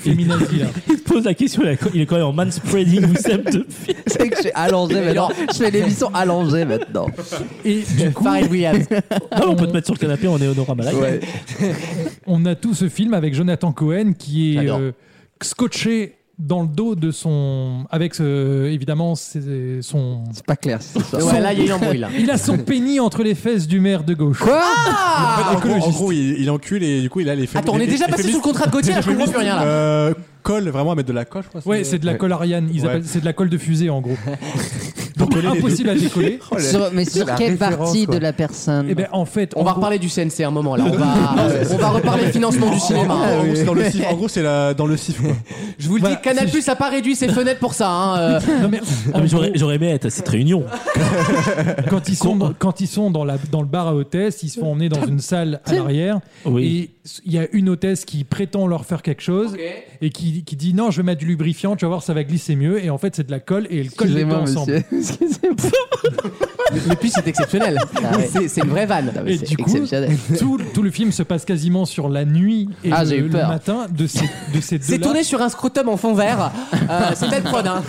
F: féminazi, là.
D: Il te pose la question, il a- il est quand même en manspreading Wissem depuis.
E: C'est que je suis allongé maintenant. Je fais l'émission allongée maintenant.
F: Et du coup,
B: Pharrell Williams.
D: Non, on peut te mettre sur le canapé, on est Honorama Live.
F: on a tout ce film avec Jonathan Cohen qui est
B: J'adore.
F: euh, scotché dans le dos de son. Avec euh, évidemment ses- son.
E: C'est pas clair, c'est ça.
B: Ouais, là, il y a eu un bruit là.
F: Il a son pénis entre les fesses du maire de gauche.
E: Quoi
C: En fait, en gros- en gros,
F: écologiste.
C: il, il encule et du coup, il a les
B: Attends, on est déjà passé sous le contrat de Gauthier, là, je comprends plus rien là.
C: Euh, colle, vraiment à mettre de la colle, je crois.
F: Ouais, c'est de la colle Ariane. Ils
C: Ouais.
F: appellent- c'est de la colle de fusée en gros. Donc impossible à décoller.
E: Sur- mais
H: c'est
E: sur
H: la
E: quelle
H: référence,
E: partie
H: quoi.
E: de la personne
F: Et ben en fait,
B: On
F: en
B: va
F: gros-
B: reparler du CNC un moment là. On va, on va reparler financement du cinéma.
C: En gros, c'est dans le cif- En gros, c'est la- dans le CIF. quoi.
B: Je vous le
F: Voilà,
B: dis, Canal Plus n'a pas réduit ses fenêtres pour ça. hein, euh.
F: Non, mais, en
D: Ah, mais
F: gros,
D: J'aurais j'aurais aimé être à cette réunion.
F: quand ils sont dans, quand ils sont dans la dans le bar à hôtesse, ils se font emmener dans une salle à l'arrière
D: Oui.
F: et il y a une hôtesse qui prétend leur faire quelque chose et qui, qui dit non, je vais mettre du lubrifiant, tu vas voir, ça va glisser mieux. Et en fait, c'est de la colle et elle colle les deux
E: Excusez-moi,
F: ensemble.
E: monsieur. Excusez-moi.
B: Mais puis c'est exceptionnel. C'est Ah c'est une vraie vanne.
E: Mais
F: Et
E: c'est
F: du coup,
E: exceptionnel.
F: Tout, tout le film se passe quasiment sur la nuit et
E: Ah, j'ai
F: le,
E: eu
F: le
E: peur.
F: matin de ces, de ces deux-là.
B: C'est tourné sur un scrotum en fond vert. Euh, c'est belle prod. hein.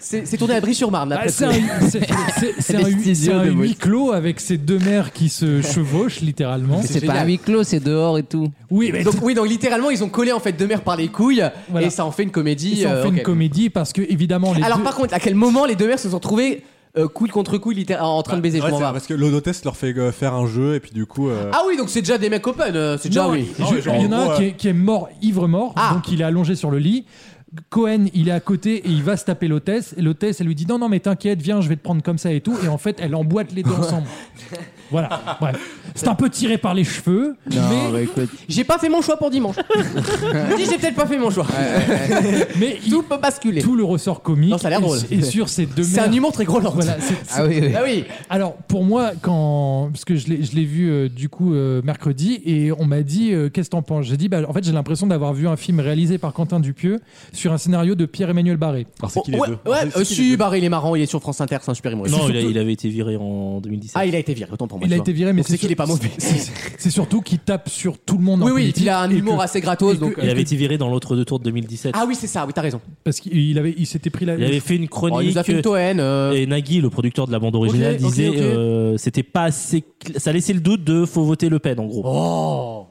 B: C'est c'est tourné à Brie-sur-Marne.
F: Bah,
B: d'après
F: c'est
B: ce
F: un,
B: que-
F: c'est- c'est- c'est
E: Les
F: un hu-
E: studios
F: c'est un
E: de
F: huis
E: Maurice.
F: clos avec ces deux mères qui se chevauchent littéralement.
E: Mais C'est pas un huis clos, c'est dehors et tout.
F: Oui, mais
B: Donc oui, donc littéralement ils ont collé en fait deux mères par les couilles
F: Voilà.
B: et ça en fait une comédie.
F: ils ont
B: euh,
F: fait
B: ok.
F: une comédie parce que évidemment les
B: Alors
F: deux-
B: par contre, à quel moment les deux mères se sont retrouvées euh, couille contre couille littéra- en train de baiser
C: Ouais,
B: je m'en
C: c'est
B: vais.
C: Parce que l'Odotest leur fait euh, faire un jeu et puis du coup. euh,
B: Ah oui, donc c'est déjà des mecs open. euh, C'est déjà
F: Non,
B: oui.
F: je-
C: ouais, genre,
F: il y en a
C: en gros,
F: un qui est, qui est mort, ivre mort,
B: Ah.
F: donc il est allongé sur le lit. Cohen, il est à côté et il va se taper l'hôtesse. Et l'hôtesse, elle lui dit Non, non, mais t'inquiète, viens, je vais te prendre comme ça et tout. Et en fait, elle emboîte les deux ensemble. voilà, bref. C'est un peu tiré par les cheveux, mais,
B: J'ai pas fait mon choix pour dimanche. Je me dis, j'ai peut-être pas fait mon choix.
F: mais il-
B: Tout peut basculer.
F: tout le ressort comique
B: Non, ça a l'air
F: est-
B: drôle.
F: est sur ces deux
B: C'est un
F: mères.
B: humour très gros
F: Voilà, c'est-
E: Ah oui, oui.
B: Ah oui.
F: Alors pour moi, quand parce que je l'ai je l'ai vu euh, du coup euh, mercredi et on m'a dit euh, qu'est-ce que t'en penses J'ai dit bah en fait j'ai l'impression d'avoir vu un film réalisé par Quentin Dupieux sur un scénario de Pierre-Emmanuel Barré.
C: alors, c'est qui les
B: ouais,
C: deux
B: ouais,
C: C'est
B: euh,
C: qui les
B: si,
C: deux
B: Barry, il est marrant, il est sur France Inter, c'est un super humoriste.
D: Non, il a, il avait été viré en 2017.
B: Ah, il a été viré, autant pour moi.
F: Il
B: tu
F: a
B: vois.
F: été viré, mais
B: Donc c'est
F: sûr-
B: qu'il est pas mauvais.
F: c'est- C'est surtout qu'il tape sur tout le monde. en
B: Oui, oui,
F: politique
B: il a un
F: et
B: humour
F: que-
B: assez gratos.
F: et que-
B: Donc, euh,
D: Il avait été viré dans l'autre deux tours de 2017.
B: Ah oui, c'est ça, oui, t'as raison.
F: parce qu'il avait il s'était pris la.
D: Il avait fait une
B: Bon, il
D: chronique.
B: nous a fait une Toen. euh,
D: Et Nagui, le producteur de la bande originale,
B: Ok, ok,
D: disait
B: ok.
D: euh, c'était pas assez. cl- Ça laissait le doute de faut voter Le Pen en gros.
B: Oh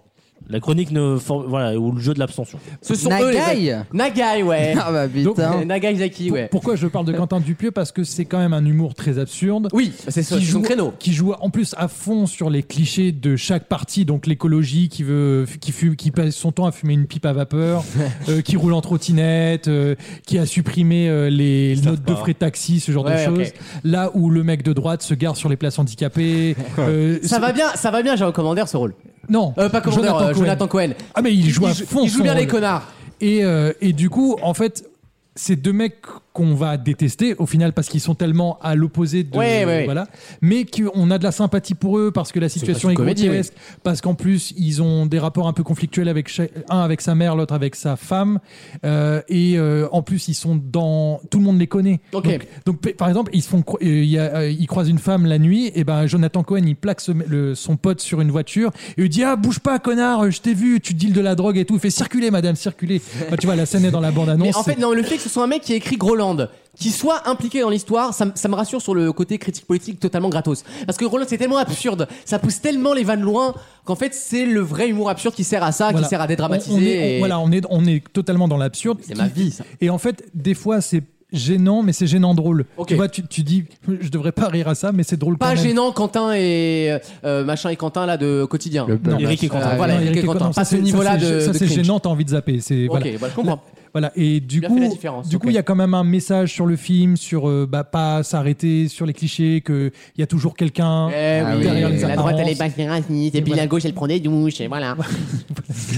D: La chronique ne for- voilà ou le jeu de l'abstention.
B: Ce sont eux, les
E: Nagai
B: mecs. Nagai,
F: Eh,
B: ouais.
E: Ah bah putain.
B: Euh, Nagai Zaki,
F: Pour-
B: ouais.
F: Pourquoi je parle de Quentin Dupieux Parce que c'est quand même un humour très absurde.
B: Oui, c'est ça, c'est
F: qui
B: son
F: joue-
B: créneau.
F: qui joue en plus à fond sur les clichés de chaque parti, donc l'écologie qui veut, qui fume, qui passe son temps à fumer une pipe à vapeur, euh, qui roule en trottinette, euh, qui a supprimé euh, les notes de frais taxi, ce genre
B: Ouais,
F: de
B: ok.
F: choses. Là où le mec de droite se gare sur les places handicapées. euh,
B: Ça
F: ce-
B: va bien, ça va bien, j'ai un commandeur ce rôle.
F: Non,
B: Euh, pas commandeur,
F: Jonathan
B: euh,
F: Cohen.
B: Jonathan Cohen.
F: Ah mais il joue à fond.
B: il joue
F: son
B: bien les
F: rôle.
B: connards.
F: Et, euh, et du coup, en fait, ces deux mecs qu'on va détester au final parce qu'ils sont tellement à l'opposé de
B: Ouais, ouais, ouais.
F: voilà, mais qu'on a de la sympathie pour eux parce que la situation
B: une
F: est
B: comédie,
F: grotesque, parce qu'en plus ils ont des rapports un peu conflictuels avec cha- un avec sa mère, l'autre avec sa femme, Euh, et euh, en plus ils sont dans tout le monde les connaît.
B: Ok.
F: Donc, donc, p- par exemple, ils se font cro- euh, il y a, euh, ils croisent une femme la nuit, et ben Jonathan Cohen il plaque ce- le- son pote sur une voiture et lui dit ah bouge pas connard, je t'ai vu, tu deals de la drogue et tout, fais circuler madame circuler. Bah, tu vois la scène est dans la bande annonce.
B: Mais en fait, non, le fait que ce soit un mec qui a écrit Groland, qui soit impliqué dans l'histoire, ça, m- ça me rassure sur le côté critique politique totalement gratos. Parce que Groland, c'est tellement absurde, ça pousse tellement les vannes loin qu'en fait, c'est le vrai humour absurde qui sert à ça, qui sert à dédramatiser.
F: On, on est, on-
B: et-
F: voilà, on est, on est totalement dans l'absurde.
B: C'est ma
F: Qui-
B: vie, ça.
F: Et en fait, des fois, c'est gênant, mais c'est gênant drôle.
B: Ok.
F: Tu vois, tu, tu dis, je devrais pas rire à ça, mais c'est drôle
B: Pas
F: quand même.
B: gênant, Quentin et euh, machin et Quentin là de quotidien.
D: Eric et
B: Euh,
D: Quentin.
B: voilà,
F: Non,
B: Eric et Quentin.
F: Quentin,
B: Pas
F: Ah, ça,
B: ce
F: c'est-
B: niveau-là
F: ça, c'est-
B: de.
F: Ça,
B: de
F: c'est
B: cringe.
F: gênant, t'as envie de zapper. C'est,
B: Ok,
F: voilà. Ah
B: bah, je comprends.
F: Voilà. Et du
B: Bien
F: coup,
B: fait la différence,
F: du
B: ok.
F: coup, il y a quand même un message sur le film, sur euh, bah, pas s'arrêter, sur les clichés, que il y a toujours quelqu'un.
B: Eh
E: Ah
B: oui,
E: oui,
B: derrière
E: oui,
B: les
E: oui.
B: la droite
F: apparences.
B: elle est bassiraciste et puis
F: Voilà.
B: la gauche elle prend des douches et voilà.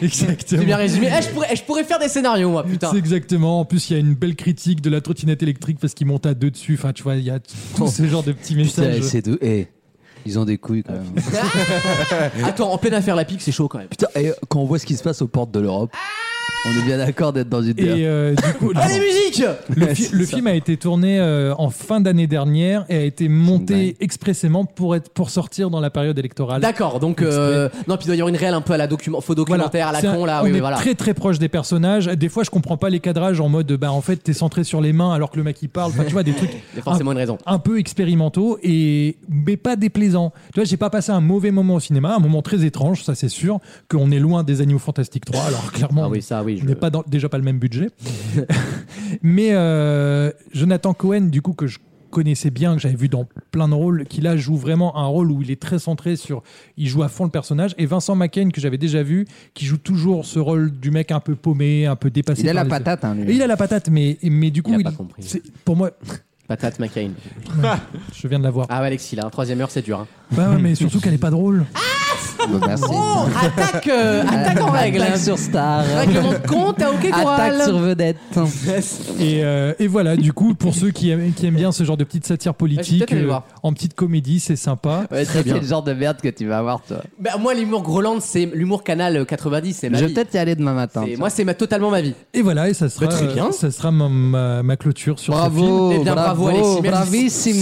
F: Exactement.
B: C'est bien résumé. Eh, je, pourrais, je pourrais faire des scénarios moi putain.
F: C'est exactement. En plus, il y a une belle critique de la trottinette électrique parce qu'il monte à deux dessus. Enfin, tu vois, il y a
B: Oh.
F: tout ce genre de petits messages.
E: C'est deux. Eh, ils ont des couilles quand même.
B: Attends, en pleine affaire la pique, c'est chaud quand même.
E: Putain, et euh, quand on voit ce qui se passe aux portes de l'Europe, on est bien d'accord d'être dans une
F: Et euh, du coup,
B: Allez, musique
F: le, fi- le film a été tourné euh, en fin d'année dernière et a été
E: dingue.
F: monté expressément pour être pour sortir dans la période électorale.
B: D'accord, donc. euh, non, puis il doit y avoir une réelle un peu à la document, faux documentaire,
F: C'est
B: à
F: un-
B: la con là,
F: on
B: oui, oui,
F: est
B: voilà.
F: très très proche des personnages. Des fois, je comprends pas les cadrages en mode bah en fait t'es centré sur les mains alors que le mec il parle. Enfin, tu vois des trucs
B: Il y a forcément une raison.
F: un peu expérimentaux et mais pas déplaisants. Tu vois, j'ai pas passé un mauvais moment au cinéma, un moment très étrange, ça c'est sûr. Qu'on est loin des Animaux Fantastiques 3, alors clairement
B: Ah oui, ça, oui.
F: on n'est pas dans- déjà pas le même budget. Mais euh, Jonathan Cohen, du coup, que je connaissais bien, que j'avais vu dans plein de rôles, qui là joue vraiment un rôle où il est très centré sur. Il joue à fond le personnage. Et Vincent McCain, que j'avais déjà vu, qui joue toujours ce rôle du mec un peu paumé, un peu dépassé.
E: Il a la
F: par les-
E: patate, hein,
F: Et
E: lui.
F: il a la patate, mais, mais du coup.
B: a pas compris.
F: c'est- Pour moi.
B: Patate McCain.
F: Je viens de la voir.
B: Ah ouais, Alexis, là, en troisième heure, c'est dur. hein.
F: Bah ouais, mais surtout qu'elle est pas drôle.
E: Merci.
B: Oh, attaque, euh, attaque en règle.
E: Attaque sur Star.
B: Règlement de compte à OK
E: Attaque
B: Corral.
E: sur vedette.
F: Et, euh, et voilà, du coup, pour ceux qui aiment, qui aiment bien ce genre de petite satire
B: peut-être
F: politique, euh,
B: aller voir.
F: en petite comédie, c'est sympa.
B: Très
E: Ouais, ça, c'est
B: bien.
E: le genre de merde que tu vas avoir, toi.
B: Bah, moi, l'humour Groland, c'est l'humour canal euh, 90, c'est ma
E: Je hein. vais
B: vie.
E: peut-être y aller demain matin.
B: C'est-
E: tu
B: Moi, c'est ma- totalement ma vie.
F: Et voilà, et ça sera,
B: Bah, très
F: euh,
B: bien.
F: ça sera ma, ma- ma clôture sur ce film.
E: Bravo,
B: Eh bien, bravo,
E: bravo,
B: Alexis, merci.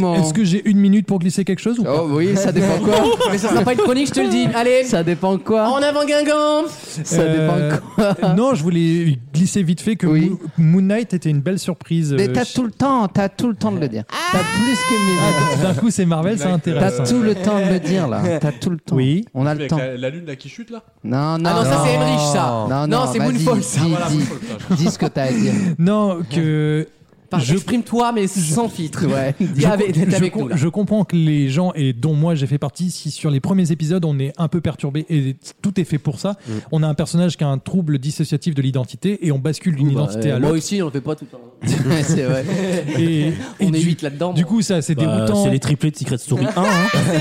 E: bravissimo.
F: Est-ce que j'ai une minute pour glisser quelque chose ou pas
E: Oh oui, ça dépend quoi
B: Mais ça sera pas une chronique, je te le dis. Allez,
E: Ça dépend quoi
B: en avant Guingamp
E: Ça
F: Euh,
E: dépend quoi
F: Non, je voulais glisser vite fait que
E: Oui.
F: Mo- Moon Knight était une belle surprise.
E: Mais
F: euh,
E: t'as
F: chez-
E: tout le temps, t'as tout le temps de le dire.
B: Ah
E: T'as plus que minutes.
F: D'un coup, c'est Marvel, ça intéresse.
E: T'as tout le temps de le dire là. T'as tout le temps.
F: Oui.
E: On a le
C: Avec
E: temps.
C: la, la lune là qui chute là
E: Non, non,
B: Ah non, ça c'est Emmerich, ça.
E: Non, non,
B: Non, c'est
E: vas-y,
B: Moonfall, ça.
E: Dis,
C: Voilà,
E: dis,
C: faut le faire.
E: dis ce que t'as à dire.
F: Non, que
B: Pardon,
F: Je-
B: Exprime-toi, mais sans filtre.
E: Ouais.
B: T'es avec, t'es
F: je,
B: avec
F: com-
B: nous, là.
F: je comprends que les gens, et dont moi j'ai fait partie, si sur les premiers épisodes on est un peu perturbé, et tout est fait pour ça,
B: Mm.
F: on a un personnage qui a un trouble dissociatif de l'identité et on bascule d'une
B: Bah,
F: identité
B: euh,
F: à
B: moi
F: l'autre.
B: aussi, on le fait pas tout le temps.
E: c'est vrai.
F: Et, et
B: On est
F: du,
B: 8 là-dedans.
F: du
B: bon.
F: coup, ça c'est
D: Bah,
F: déroutant.
D: c'est les triplés de Secret Story 1. hein.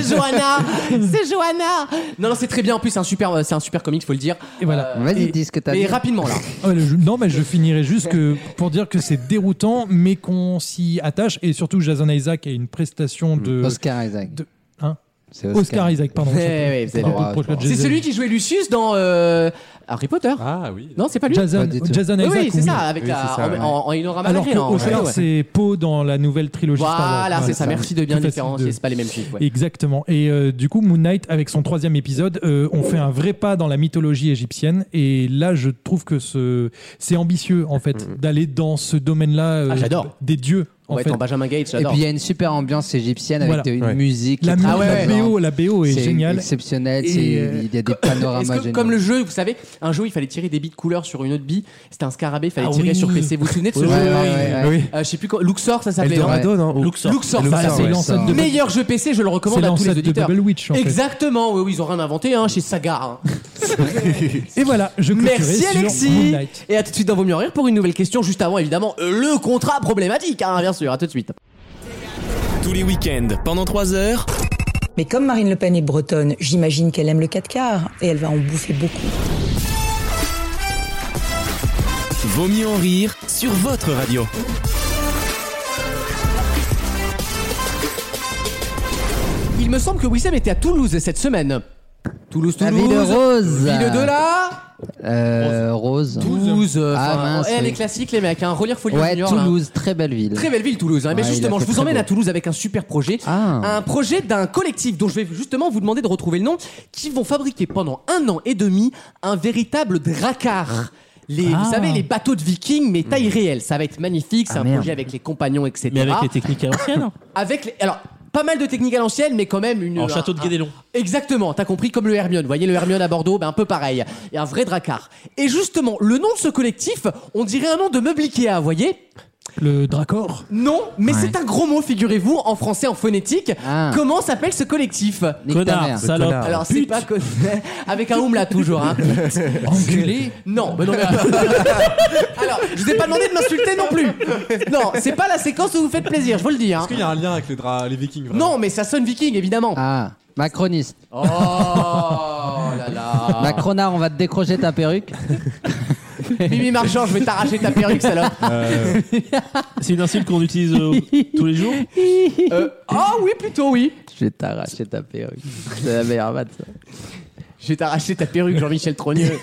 B: c'est Johanna C'est Johanna Non, non, c'est très bien. En plus, c'est un super, euh, c'est un super comique, faut le dire. Euh,
F: Et voilà.
E: Vas-y,
B: et-
E: dis ce que t'as à
B: Mais
E: dire.
B: rapidement, là.
F: Ouais, je- non, mais je finirai juste que pour dire que c'est déroutant, mais qu'on s'y attache. Et surtout, Jason Isaac a une prestation de.
E: Oscar Isaac.
F: de- hein
E: C'est
F: Oscar, Isaac, pardon.
B: Mm. Ouais, ouais, vous allez
E: voir, je pense.
B: C'est celui qui jouait Lucius dans euh, Harry Potter.
C: Ah oui.
B: Non, c'est pas lui
F: Jason,
E: Pas du tout.
F: Jason
B: Oui,
F: Isaac.
B: Oui, c'est ça, avec
H: Oui,
B: la.
H: c'est ça,
B: en,
H: ouais.
B: en- en Inorama
F: Alors
B: Maghré,
F: que
B: non,
F: Oscar,
B: hein, ouais.
F: c'est Poe dans la nouvelle trilogie Star Wars.
B: Voilà, c'est
F: Ouais,
B: ça. Merci de bien
F: Tout facile
B: différencier.
F: de-
B: C'est pas les mêmes chiffres. ouais.
F: Exactement. Et euh, du coup, Moon Knight, avec son troisième épisode, euh, on fait un vrai pas dans la mythologie égyptienne. Et là, je trouve que ce... c'est ambitieux, en fait, d'aller dans ce domaine-là euh,
B: Mm. Ah, j'adore.
F: des dieux. En
B: Ouais,
F: fait.
B: ton Benjamin Gates,
E: Et
B: j'adore.
E: puis il y a une super ambiance égyptienne avec
F: Voilà.
E: de- une
H: Ouais.
E: musique. qui
F: La,
E: est très
B: Ah
F: la
E: présente.
F: BO, la BO est,
E: C'est
F: géniale.
E: exceptionnel.
F: Et,
E: c'est-
F: euh,
E: Il y a des
B: Est-ce
E: panoramas
B: que,
E: géniaux.
B: comme le jeu, vous savez, un jeu, il fallait tirer des billes de couleur sur une autre bille. C'était un scarabée, il fallait
F: Ah
B: tirer
F: oui.
B: sur PC. Vous vous souvenez de ce
E: Ouais,
B: jeu
E: ouais, ouais, ouais.
H: Ah Oui.
B: Euh, Je sais plus quoi. Luxor, ça s'appelait. non
H: Eldorado, non Ou-
D: Luxor.
B: Luxor,
H: Luxor,
B: voilà,
F: c'est
H: ouais,
F: l'ancêtre
H: ça.
F: de-
B: Meilleur jeu PC, je le
F: C'est
B: recommande à tous les
F: l'ancêtre de
B: auditeurs.
F: Double Witch. En fait.
B: Exactement, oui, oui, ils ont rien inventé hein, chez Saga. hein.
F: Et voilà, je clôturerai
B: Merci
F: sur
B: Alexis
F: Moon Knight.
B: Et à tout de suite dans Vos Mieux en Rire pour une nouvelle question, juste avant évidemment euh, le contrat problématique, hein, bien sûr, à tout de suite.
A: Tous les week-ends, pendant 3 heures,
I: Mais comme Marine Le Pen est bretonne, j'imagine qu'elle aime le 4 quarts et elle va en bouffer beaucoup.
A: Vaut mieux en rire sur votre radio.
B: Il me semble que Wissem était à Toulouse cette semaine. Toulouse,
E: La
B: Toulouse.
E: ville de Rose.
B: Ville de là
E: Euh, Rose.
B: Toulouse. euh,
E: Ah,
B: enfin,
E: mince,
B: eh, les
E: oui.
B: classiques, les mecs, hein, relire Folie
E: Ouais,
B: Junior, là.
E: Toulouse, très belle ville.
B: Très belle ville Toulouse, hein. mais
E: Ouais,
B: justement je
E: il a fait
B: vous
E: très
B: emmène
E: beau.
B: à Toulouse avec un super projet,
E: Ah.
B: un projet d'un collectif dont je vais justement vous demander de retrouver le nom, qui vont fabriquer pendant un an et demi un véritable dracar. Les, Vous
D: Ah.
B: savez, les bateaux de vikings, mais taille réelle. Ça va être magnifique, c'est
E: Mmh. Ah,
B: un
E: merde.
B: projet avec les compagnons, etc.
D: Mais avec les techniques à l'ancienne.
B: Avec les- Alors, pas mal de techniques à l'ancienne, mais quand même une.
D: En
B: un-
D: château de
B: un-
D: Guédélon.
B: Exactement, t'as compris, comme le Hermione. Vous voyez, le Hermione à Bordeaux, ben un peu pareil. Et un vrai dracar. Et justement, le nom de ce collectif, on dirait un nom de meuble Ikea, vous voyez
F: Le Dracor.
B: non, mais c'est un gros mot, figurez-vous, en français, en phonétique.
E: Ah.
B: Comment s'appelle ce collectif
E: Nique ta
D: Connard,
E: mère.
D: Ah, salope.
H: connard.
B: Alors, c'est
D: pute.
B: pas que. Avec un oum là, toujours. Hein.
F: Enculé.
B: Non, mais non, mais. Alors, je vous ai pas demandé de m'insulter non plus. Non, c'est pas la séquence où vous faites plaisir, je vous le dis. Hein.
C: Est-ce qu'il y a un lien avec les, dra- les vikings vraiment
B: Non, mais ça sonne viking, évidemment.
E: Ah, macroniste.
B: Oh là
E: Ah.
B: là.
E: Macronard, on va te décrocher ta perruque.
B: Mimi Marchand, je vais t'arracher ta perruque, salope.
C: Euh,
D: C'est une insulte qu'on utilise euh, tous les jours.
B: Euh, oh oui, plutôt oui.
E: Je vais t'arracher ta perruque. C'est la meilleure vanne, ça.
B: Je vais t'arracher ta perruque, Jean-Michel Trogneux.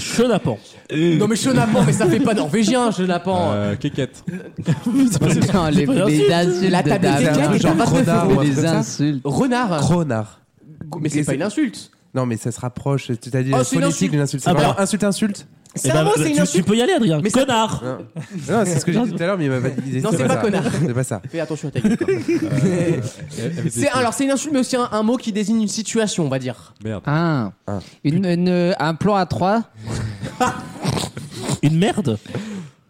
D: Chenapan.
B: non, mais chenapan, mais ça fait pas norvégien, chenapan.
C: euh, Kékette.
E: Non, les,
D: pas une
E: les
D: insulte.
E: insultes
B: La
E: de
B: table des
E: dames.
B: éclats, les
H: genre
B: tapas de
H: Cronard
B: fou.
H: ou un truc
E: Les
H: comme ça.
E: insultes.
B: Renard.
H: Cronard.
B: Mais c'est pas une insulte.
H: Non, mais ça se rapproche. Tu as dit
B: Oh,
H: la
B: c'est une insulte.
H: politique d'une insulte. C'est
D: Ah bah.
H: vraiment insulte, insulte.
B: C'est
D: Eh
B: un
D: ben,
B: mot,
D: tu-
B: c'est une
D: Tu
B: insulte.
D: peux y aller, Adrien.
B: Mais ça-
D: Connard.
H: Non, Non, c'est ce que j'ai dit tout à l'heure, mais il m'a validé.
B: Non, c'est pas
H: ça.
B: connard.
H: C'est pas ça.
B: Fais attention à ta gueule. quoi.
C: Avec des-
B: C'est alors c'est une insulte mais aussi un, un mot qui désigne une situation, on va dire.
C: Merde.
E: Ah.
H: Ah.
E: Une, une- un plan à trois.
D: Une merde.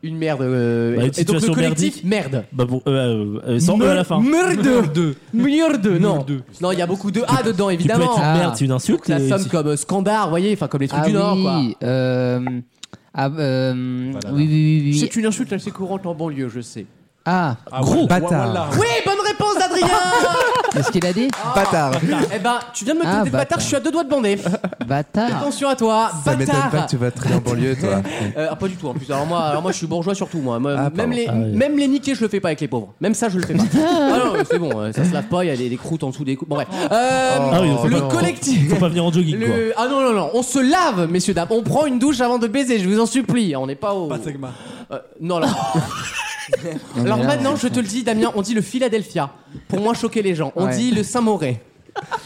B: Une merde. euh,
D: Bah, une
B: et donc le
D: situation
B: collectif
D: merdique.
B: merde.
D: Bah bon, euh, euh, euh, sans E à la fin.
B: Merde.
F: Deux.
B: Merde. Non.
F: Merde.
B: Non, il y a beaucoup de A dedans
D: Tu peux
B: évidemment.
D: être
E: Ah.
D: merde, c'est une
B: Donc,
D: insulte.
B: ça
D: et
B: somme
D: si-
B: comme euh, scandare, vous voyez, enfin comme les trucs
E: Ah
B: du
E: oui.
B: Nord quoi.
E: euh, ah, euh,
C: Voilà.
E: oui, oui, oui, oui.
B: C'est une insulte assez courante en banlieue, je sais.
E: Ah,
C: Gros
H: bâtard.
B: Oui, bonne réponse d'Adrien
E: qu'est-ce qu'il a dit
H: Bâtard.
B: Eh ben, tu viens de me
E: Ah,
B: traiter de bâtard,
E: bâtard.
B: je suis à deux doigts de bander.
E: Bâtard.
B: Attention à toi,
H: Ah. Ça m'étonne
B: bâtard
H: pas que tu vas très en banlieue, toi.
B: Euh, ah, pas du tout en plus. Alors moi, alors moi je suis bourgeois surtout moi. Moi,
H: Ah,
B: même
H: pardon.
B: les
D: Ah, oui.
B: même les niqués, je le fais pas avec les pauvres. Même ça je le fais pas. ah non, c'est bon, euh, ça se lave pas, il y a des, des croûtes en dessous des croûtes. Bon
H: Oh.
B: bref. Euh,
D: Ah oui, faut
B: le
D: pas-
B: collectif
D: Faut pas venir en jogging, quoi.
B: le... Ah non non non, on se lave messieurs dames, on prend une douche avant de baiser, je vous en supplie. On n'est pas au
C: Pas de Segma.
B: Euh, non là. Alors
E: mais là,
B: maintenant, je te le dis Damien, on dit le Philadelphia pour moins choquer les gens. On
E: Ouais.
B: dit le Saint-Mauré.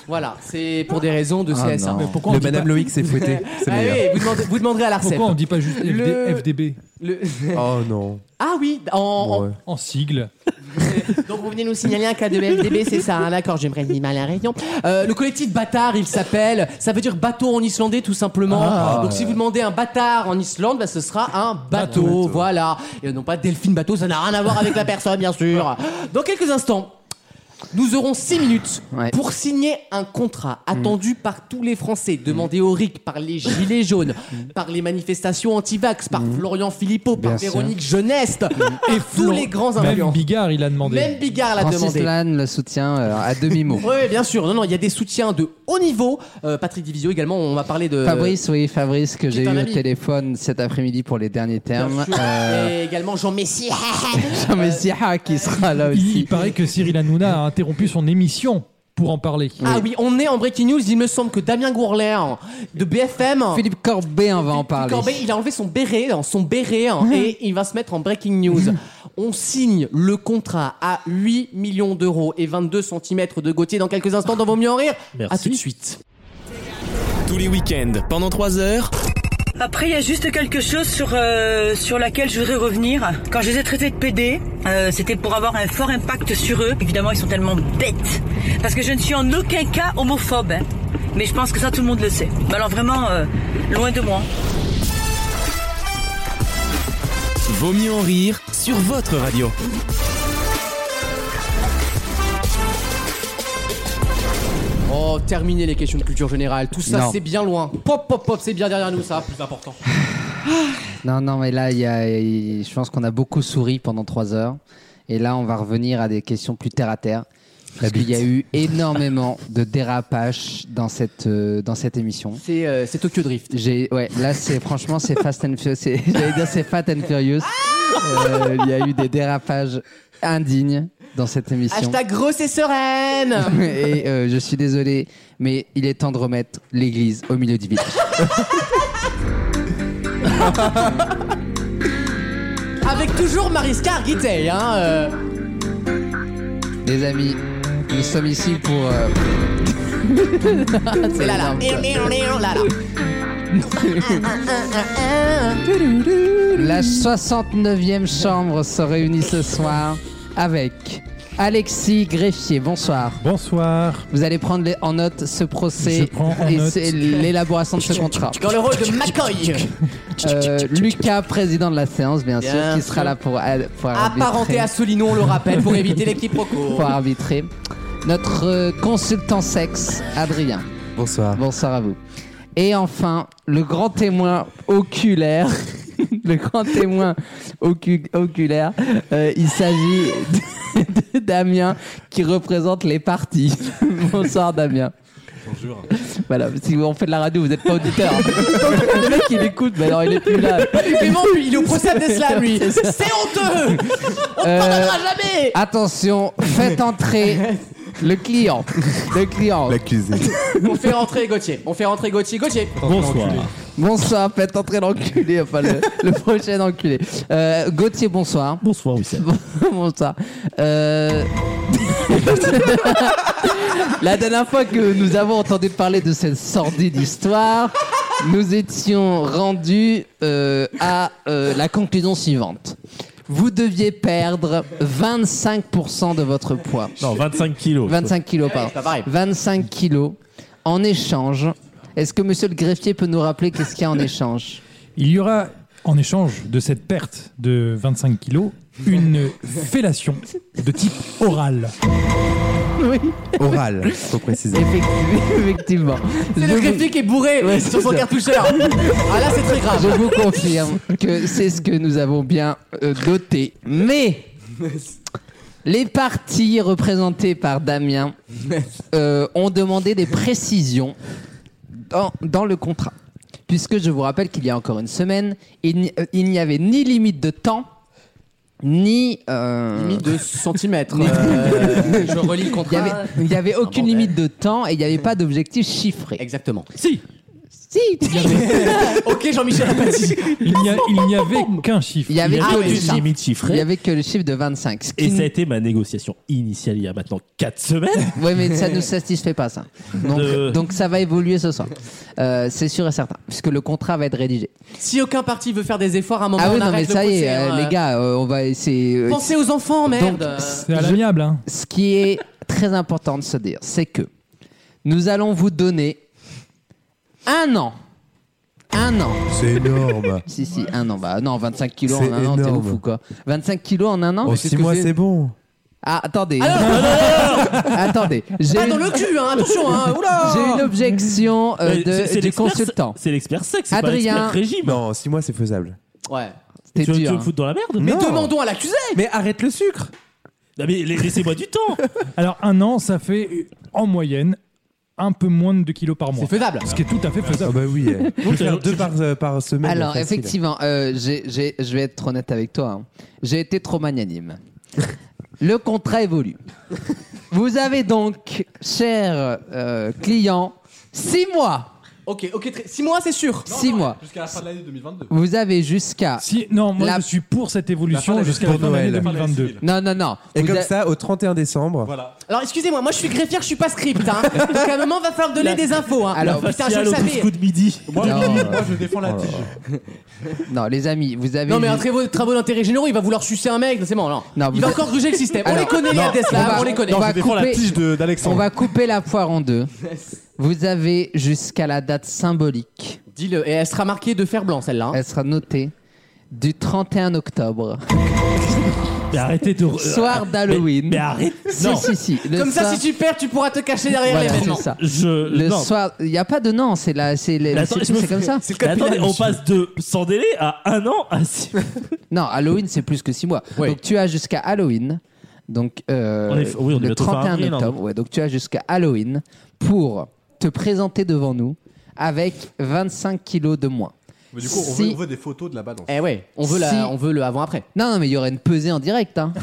B: Voilà, c'est pour des raisons de
E: Ah,
B: CSA.
E: non.
F: Mais pourquoi on
H: Le
F: dit
H: Madame
F: pas-
H: Loïc s'est fouetté. C'est
B: Ah
H: meilleur.
B: oui, vous demandez, vous demanderez à l'ARCEP.
F: Pourquoi on dit pas juste FD
B: Le-
F: FDB
B: E Le-
H: Oh non.
B: Ah oui, en- en,
H: Bon, ouais.
F: en sigle
B: Donc vous venez nous signaler un cas de FDB, c'est ça, hein, d'accord, j'aimerais venir mal à la réunion. Euh, le collectif bâtard, il s'appelle, ça veut dire bateau en islandais tout simplement.
E: Ah.
B: Donc si vous demandez un bâtard en Islande, bah, ce sera un bateau, voilà. Et non pas Delphine Bateau, ça n'a rien à voir avec la personne, bien sûr. Dans quelques instants, nous aurons 6 minutes
E: Ouais. Mm.
B: pour signer un contrat attendu par tous les Français, demandé au RIC, par les Gilets jaunes, par les manifestations anti-vax, par Florian Philippot, par
E: Mm. Bien sûr. Mm.
B: Véronique Geneste, et tous
F: Florent-
B: les grands influents.
F: Même Bigard, il a demandé.
B: Même Bigard l'a
E: Francis
B: demandé.
E: Lannes le soutient euh, à demi-mot.
B: Oui, bien sûr. Non, non, il y a des soutiens de haut niveau. Euh, Patrick Divisio également, on va parler de.
E: Fabrice, oui, Fabrice, que
B: qui est
E: j'ai eu
B: un
E: au
B: ami.
E: téléphone cet après-midi pour les derniers
B: Bien
E: termes.
B: sûr.
E: Euh,
B: Et également Jean Messi.
E: Jean Messia qui sera là
F: Il, il
E: aussi.
F: paraît que Cyril Hanouna a interrompu son émission pour en parler.
B: Ah oui, on est en breaking news. Il me semble que Damien Gourler de BFM.
E: Philippe Corbet, on va en parler.
B: Corbet, il a enlevé son béret, dans son béret, hein, et il va se mettre en breaking news. On signe le contrat à 8 millions d'euros et 22 cm de Gauthier dans quelques instants dans Vos Mieux en Rire.
D: Merci.
B: À tout de suite.
A: Tous les week-ends, pendant 3 heures,
I: Après, il y a juste quelque chose sur euh, sur laquelle je voudrais revenir. Quand je les ai traités de PD, euh, c'était pour avoir un fort impact sur eux. Évidemment, ils sont tellement bêtes. Parce que je ne suis en aucun cas homophobe. hein. Mais je pense que ça, tout le monde le sait. Mais alors vraiment, euh, loin de moi.
A: Vaut mieux en rire sur votre radio.
B: Oh, terminer les questions de culture générale. Tout ça,
E: Non.
B: c'est bien loin. Pop, pop, pop, c'est bien derrière nous, ça. Plus important.
E: Non, non, mais là, il y a- il- je pense qu'on a beaucoup souri pendant trois heures. Et là, on va revenir à des questions plus terre à terre. Parce qu'il y a eu énormément de dérapages dans cette, euh, dans cette émission.
B: C'est euh, c'est Tokyo Drift.
E: J'ai, ouais, là, c'est franchement, c'est Fast and Furious. c'est- J'allais dire, c'est Fat and Furious. Euh, Il y a eu des dérapages indignes dans cette émission.
B: Hashtag grosse et sereine
E: Et euh, je suis désolé, mais il est temps de remettre l'église au milieu du village.
B: Avec toujours Mariska Hargitay, hein euh.
E: Les amis, nous sommes ici pour. euh,
B: C'est là là. là, là.
E: La 69e chambre se réunit ce soir avec Alexis Greffier. Bonsoir.
F: Bonsoir.
E: Vous allez prendre les- en note ce
F: Je
E: procès
F: prends en
E: et
F: note.
E: c'est l'élaboration de ce contrat.
B: Dans le rôle de McCoy,
E: Euh, Lucas, président de la séance, bien,
B: Bien
E: sûr, qui
B: sûr.
E: sera là pour, euh, pour arbitrer.
B: apparenté à Solino, on le rappelle, pour éviter les quiproquos.
E: Pour arbitrer. Notre euh, consultant sexe, Adrien.
H: Bonsoir.
E: Bonsoir à vous. Et enfin, le grand témoin oculaire. le grand témoin ocu- oculaire. Euh, il s'agit de, de Damien qui représente les partis. Bonsoir Damien.
C: Bonjour.
E: Voilà, si on fait de la radio, vous n'êtes pas auditeur. le mec il écoute, mais alors il est plus là.
B: Clément, lui, il est au procès d'Eslam, lui. C'est honteux On ne
E: Euh,
B: pardonnera jamais
E: Attention, faites entrer le client. Le client.
H: L'accusé.
B: On fait rentrer Gauthier. On fait rentrer Gauthier. Gauthier
D: Bonsoir.
E: Bonsoir, faites entrer l'enculé, enfin le, le prochain enculé. Euh, Gauthier, bonsoir.
D: Bonsoir, Wissem.
E: Bon- Bonsoir. Euh... La dernière fois que nous avons entendu parler de cette sordide histoire, nous étions rendus euh, à euh, la conclusion suivante. Vous deviez perdre 25% de votre poids.
D: Non, 25 kilos.
E: 25 kilos, pardon.
B: Eh c'est pas pareil.
E: 25 kilos en échange. Est-ce que monsieur le greffier peut nous rappeler qu'est-ce qu'il y a en échange
F: Il y aura, en échange de cette perte de 25 kilos, une fellation de type oral.
E: Oui,
H: Oral, faut préciser.
E: effectivement.
B: C'est
E: Je
B: le
E: vous-
B: greffier qui est bourré
E: Ouais,
B: sur
E: c'est
B: son
E: ça.
B: cartoucheur. Ah là, c'est très grave.
E: Je vous confirme que c'est ce que nous avons bien euh, doté. Mais Les partis représentés par Damien euh, ont demandé des précisions dans, dans le contrat. Puisque je vous rappelle qu'il y a encore une semaine, il n'y- euh, il n'y avait ni limite de temps, ni... euh,
B: Limite de centimètres. Euh, je relis le
E: il n'y
B: contrat.
E: avait, il y avait aucune
B: bordel.
E: limite de temps et il n'y avait pas d'objectif chiffré.
B: Exactement.
E: Si, il y avait-
B: ok, Jean-Michel Apathy.
F: Il n'y a- il n'y avait qu'un chiffre.
E: il y avait,
B: Ah
D: Il y
E: que,
D: avait
E: le
D: une
E: chiffre-
D: limite
E: il y
D: chiffrée.
E: avait que le chiffre de 25. ce qui
D: Et
E: n-
D: ça a été ma négociation initiale il y a maintenant 4 semaines.
E: Ouais, mais ça ne satisfait pas ça. Donc,
D: De-
B: Euh.
E: donc ça va évoluer ce soir. Euh, c'est sûr et certain, puisque le contrat va être rédigé.
B: Si aucun parti veut faire des efforts, à un moment,
E: ah
B: on
E: oui, non, mais
B: arrête le
E: ça y
B: procès,
E: est, euh,
B: hein.
E: les gars, euh, on va essayer. euh,
B: Pensez aux enfants, merde.
E: Donc,
F: C'est à l'amiable. Hein.
E: ce qui est très important de se dire, c'est que nous allons vous donner un an. Un an.
H: C'est énorme.
E: Si, si, un an. Bah non, 25 kilos en
H: C'est
E: un an, t'es
H: énorme.
E: ouf ou quoi 25 kilos en un an
H: En
E: Mais
H: 6
E: qu'est-ce que
H: mois, c'est bon.
E: Ah, attendez. attendez. J'ai
B: Pas dans
E: une...
B: le cul, hein, attention, hein. Oula.
E: j'ai une objection euh,
D: Mais c'est-
E: de,
D: c'est
E: du
D: l'expert-
E: consultant.
D: C'est l'expert sexe, c'est pas
E: Adrien.
D: l'expert régime.
H: Non, 6 mois, c'est faisable.
B: Ouais.
E: T'es
D: Tu veux, tu
E: dur.
D: veux me
E: hein.
D: foutre dans la merde
B: Mais
H: Non.
B: demandons à l'accusé.
H: Mais arrête le sucre
D: Non, mais la- laissez-moi du temps.
F: Alors, un an, ça fait euh, en moyenne un peu moins de 2 kilos par mois.
B: C'est faisable.
F: Ce qui est tout à fait
H: Ah
F: faisable.
H: bah oui. eh. Faut faire deux par, euh, par semaine.
E: Alors,
H: facile.
E: effectivement, euh, j'ai- j'ai- je vais être honnête avec toi. hein. J'ai été trop magnanime. Le contrat évolue. Vous avez donc, cher euh, client, six mois.
B: Ok, ok. très- Six mois, c'est sûr.
E: Six mois.
C: Jusqu'à la fin de l'année 2022.
E: Vous avez jusqu'à.
F: Si, non, moi
E: La-
F: je suis pour cette
C: La fin
F: évolution
C: de-
F: jusqu'à la
H: pour
F: fin de l'année
H: Noël.
F: 2022.
E: Non, non, non.
H: Et
E: Vous
H: comme
E: a-
H: ça, au 31 décembre,
C: Voilà.
B: Alors, excusez-moi, moi je suis greffière, je suis pas script. Hein. Donc à un moment, va falloir donner des infos. Hein.
E: Alors,
B: putain, je
D: Facial
B: le
D: au
B: savais.
D: coup de midi.
C: Moi,
E: Non.
C: je- moi, je défends la
H: Oh là
C: tige.
E: Non, les amis, vous avez.
B: Non, mais un
E: ju-
B: travaux, travaux d'intérêt généraux, il va vouloir sucer un mec. C'est bon, non.
E: Non,
B: il
E: vous
B: va
E: êtes-
B: encore gruger le système. on
E: Alors,
B: les connaît,
E: non,
B: les Tesla,
E: on va-
B: on les connaît.
E: on va
C: Je défends la
E: couper-
C: tige de-
E: On
C: d'Alexandre.
E: va couper la poire en deux. Vous avez jusqu'à la date symbolique.
B: Dis-le, et elle sera marquée de fer blanc celle-là. hein.
E: Elle sera notée du 31 octobre,
D: Mais arrêtez de.
E: soir d'Halloween.
D: Ah, Mais arrête.
E: Si,
D: Non.
E: si, si. Le
B: Comme ça,
E: soir-
B: si tu perds, tu pourras te cacher derrière
E: Voilà,
B: l'événement.
E: c'est ça.
D: Je.
E: Le
D: non.
E: soir, il n'y a pas de non, c'est la, c'est le-
D: Mais
E: c'est
D: attends,
E: tout,
D: je me
E: c'est
D: fais-
E: comme ça.
D: Mais attendez, on passe de sans délai à un an à six.
E: Non, Halloween, c'est plus que 6 mois.
B: Ouais.
E: Donc tu as jusqu'à Halloween. Donc euh,
D: On est- oui, on est
E: le
D: bientôt fin
E: 31
D: avril, hein,
E: octobre. ouais, donc tu as jusqu'à Halloween pour te présenter devant nous avec 25 kilos de moins.
C: Mais du coup, on
E: Si-
C: veut, on veut des photos de la balance.
B: Eh ouais, on veut, la-
E: Si.
B: on veut le avant-après.
E: Non, non, mais il y aura une pesée en direct. hein.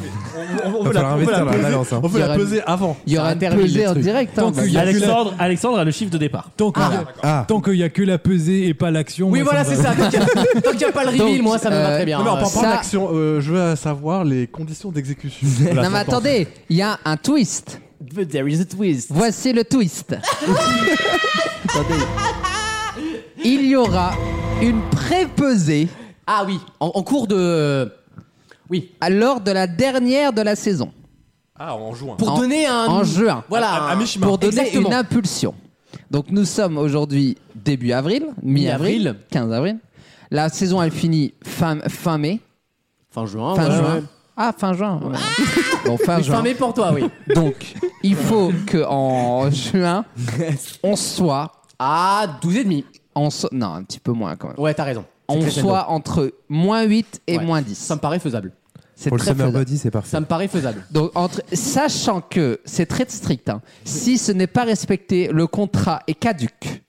C: On, on veut
H: va
C: la, on
H: falloir
C: veut
H: investir
C: la
H: dans la
C: peser-
H: balance, hein.
C: on veut la
E: Jérém-
C: peser avant.
E: Il y
B: Ça
E: aura une
B: interdit
E: pesée
B: le
E: en
B: truc.
E: direct. hein,
F: Tant
E: bah,
F: qu'il y a que la-
D: Alexandre, Alexandre a le chiffre de départ.
F: Tant qu'il y a-
H: Ah.
F: tant qu'il n'y a que la pesée et pas l'action.
B: Oui,
F: moi,
B: voilà,
F: me
B: c'est
F: va.
B: ça. Tant qu'il n'y a, pas le reveal,
E: Donc,
B: moi, ça me va
E: euh,
B: très bien.
C: Non, mais en
B: hein.
C: parlant
E: ça-
C: d'action, euh, je veux savoir les conditions d'exécution. Voilà,
E: Non, mais
C: ça, on
E: attendez, il y a un twist.
B: But there is a twist.
E: Voici le twist. Attendez. Il y aura une pré-pesée
B: Ah oui, en, en cours de. Oui,
E: à- lors de la dernière de la saison,
C: Ah, en juin.
B: pour
E: En-
B: donner un.
E: en juin,
B: Voilà.
C: À- à
B: un-
C: mi-chemin.
E: pour donner
B: Exactement.
E: une impulsion. Donc nous sommes aujourd'hui début avril, mi-avril,
B: Mi-avril.
E: 15 avril. La saison elle finit fin, fin mai,
B: Fin juin.
E: fin
B: ouais.
E: juin.
B: Ouais.
E: Oh, Ah fin juin. ouais. Bon fin
B: Mais fin
E: juin.
B: mai pour toi, oui.
E: Donc il faut que en juin on soit,
B: Ah, 12 et demi.
E: on so- non un petit peu moins quand même.
B: Ouais, t'as raison. C'est
E: on
B: crescendo.
E: soit entre moins 8 et
B: Ouais.
E: moins 10.
B: Ça me paraît faisable.
E: C'est
H: pour le
E: très
H: summer
E: faisable.
H: body, c'est parfait.
B: Ça me paraît faisable.
E: Donc, entre, sachant que c'est très strict, hein, si ce n'est pas respecté, le contrat est caduque.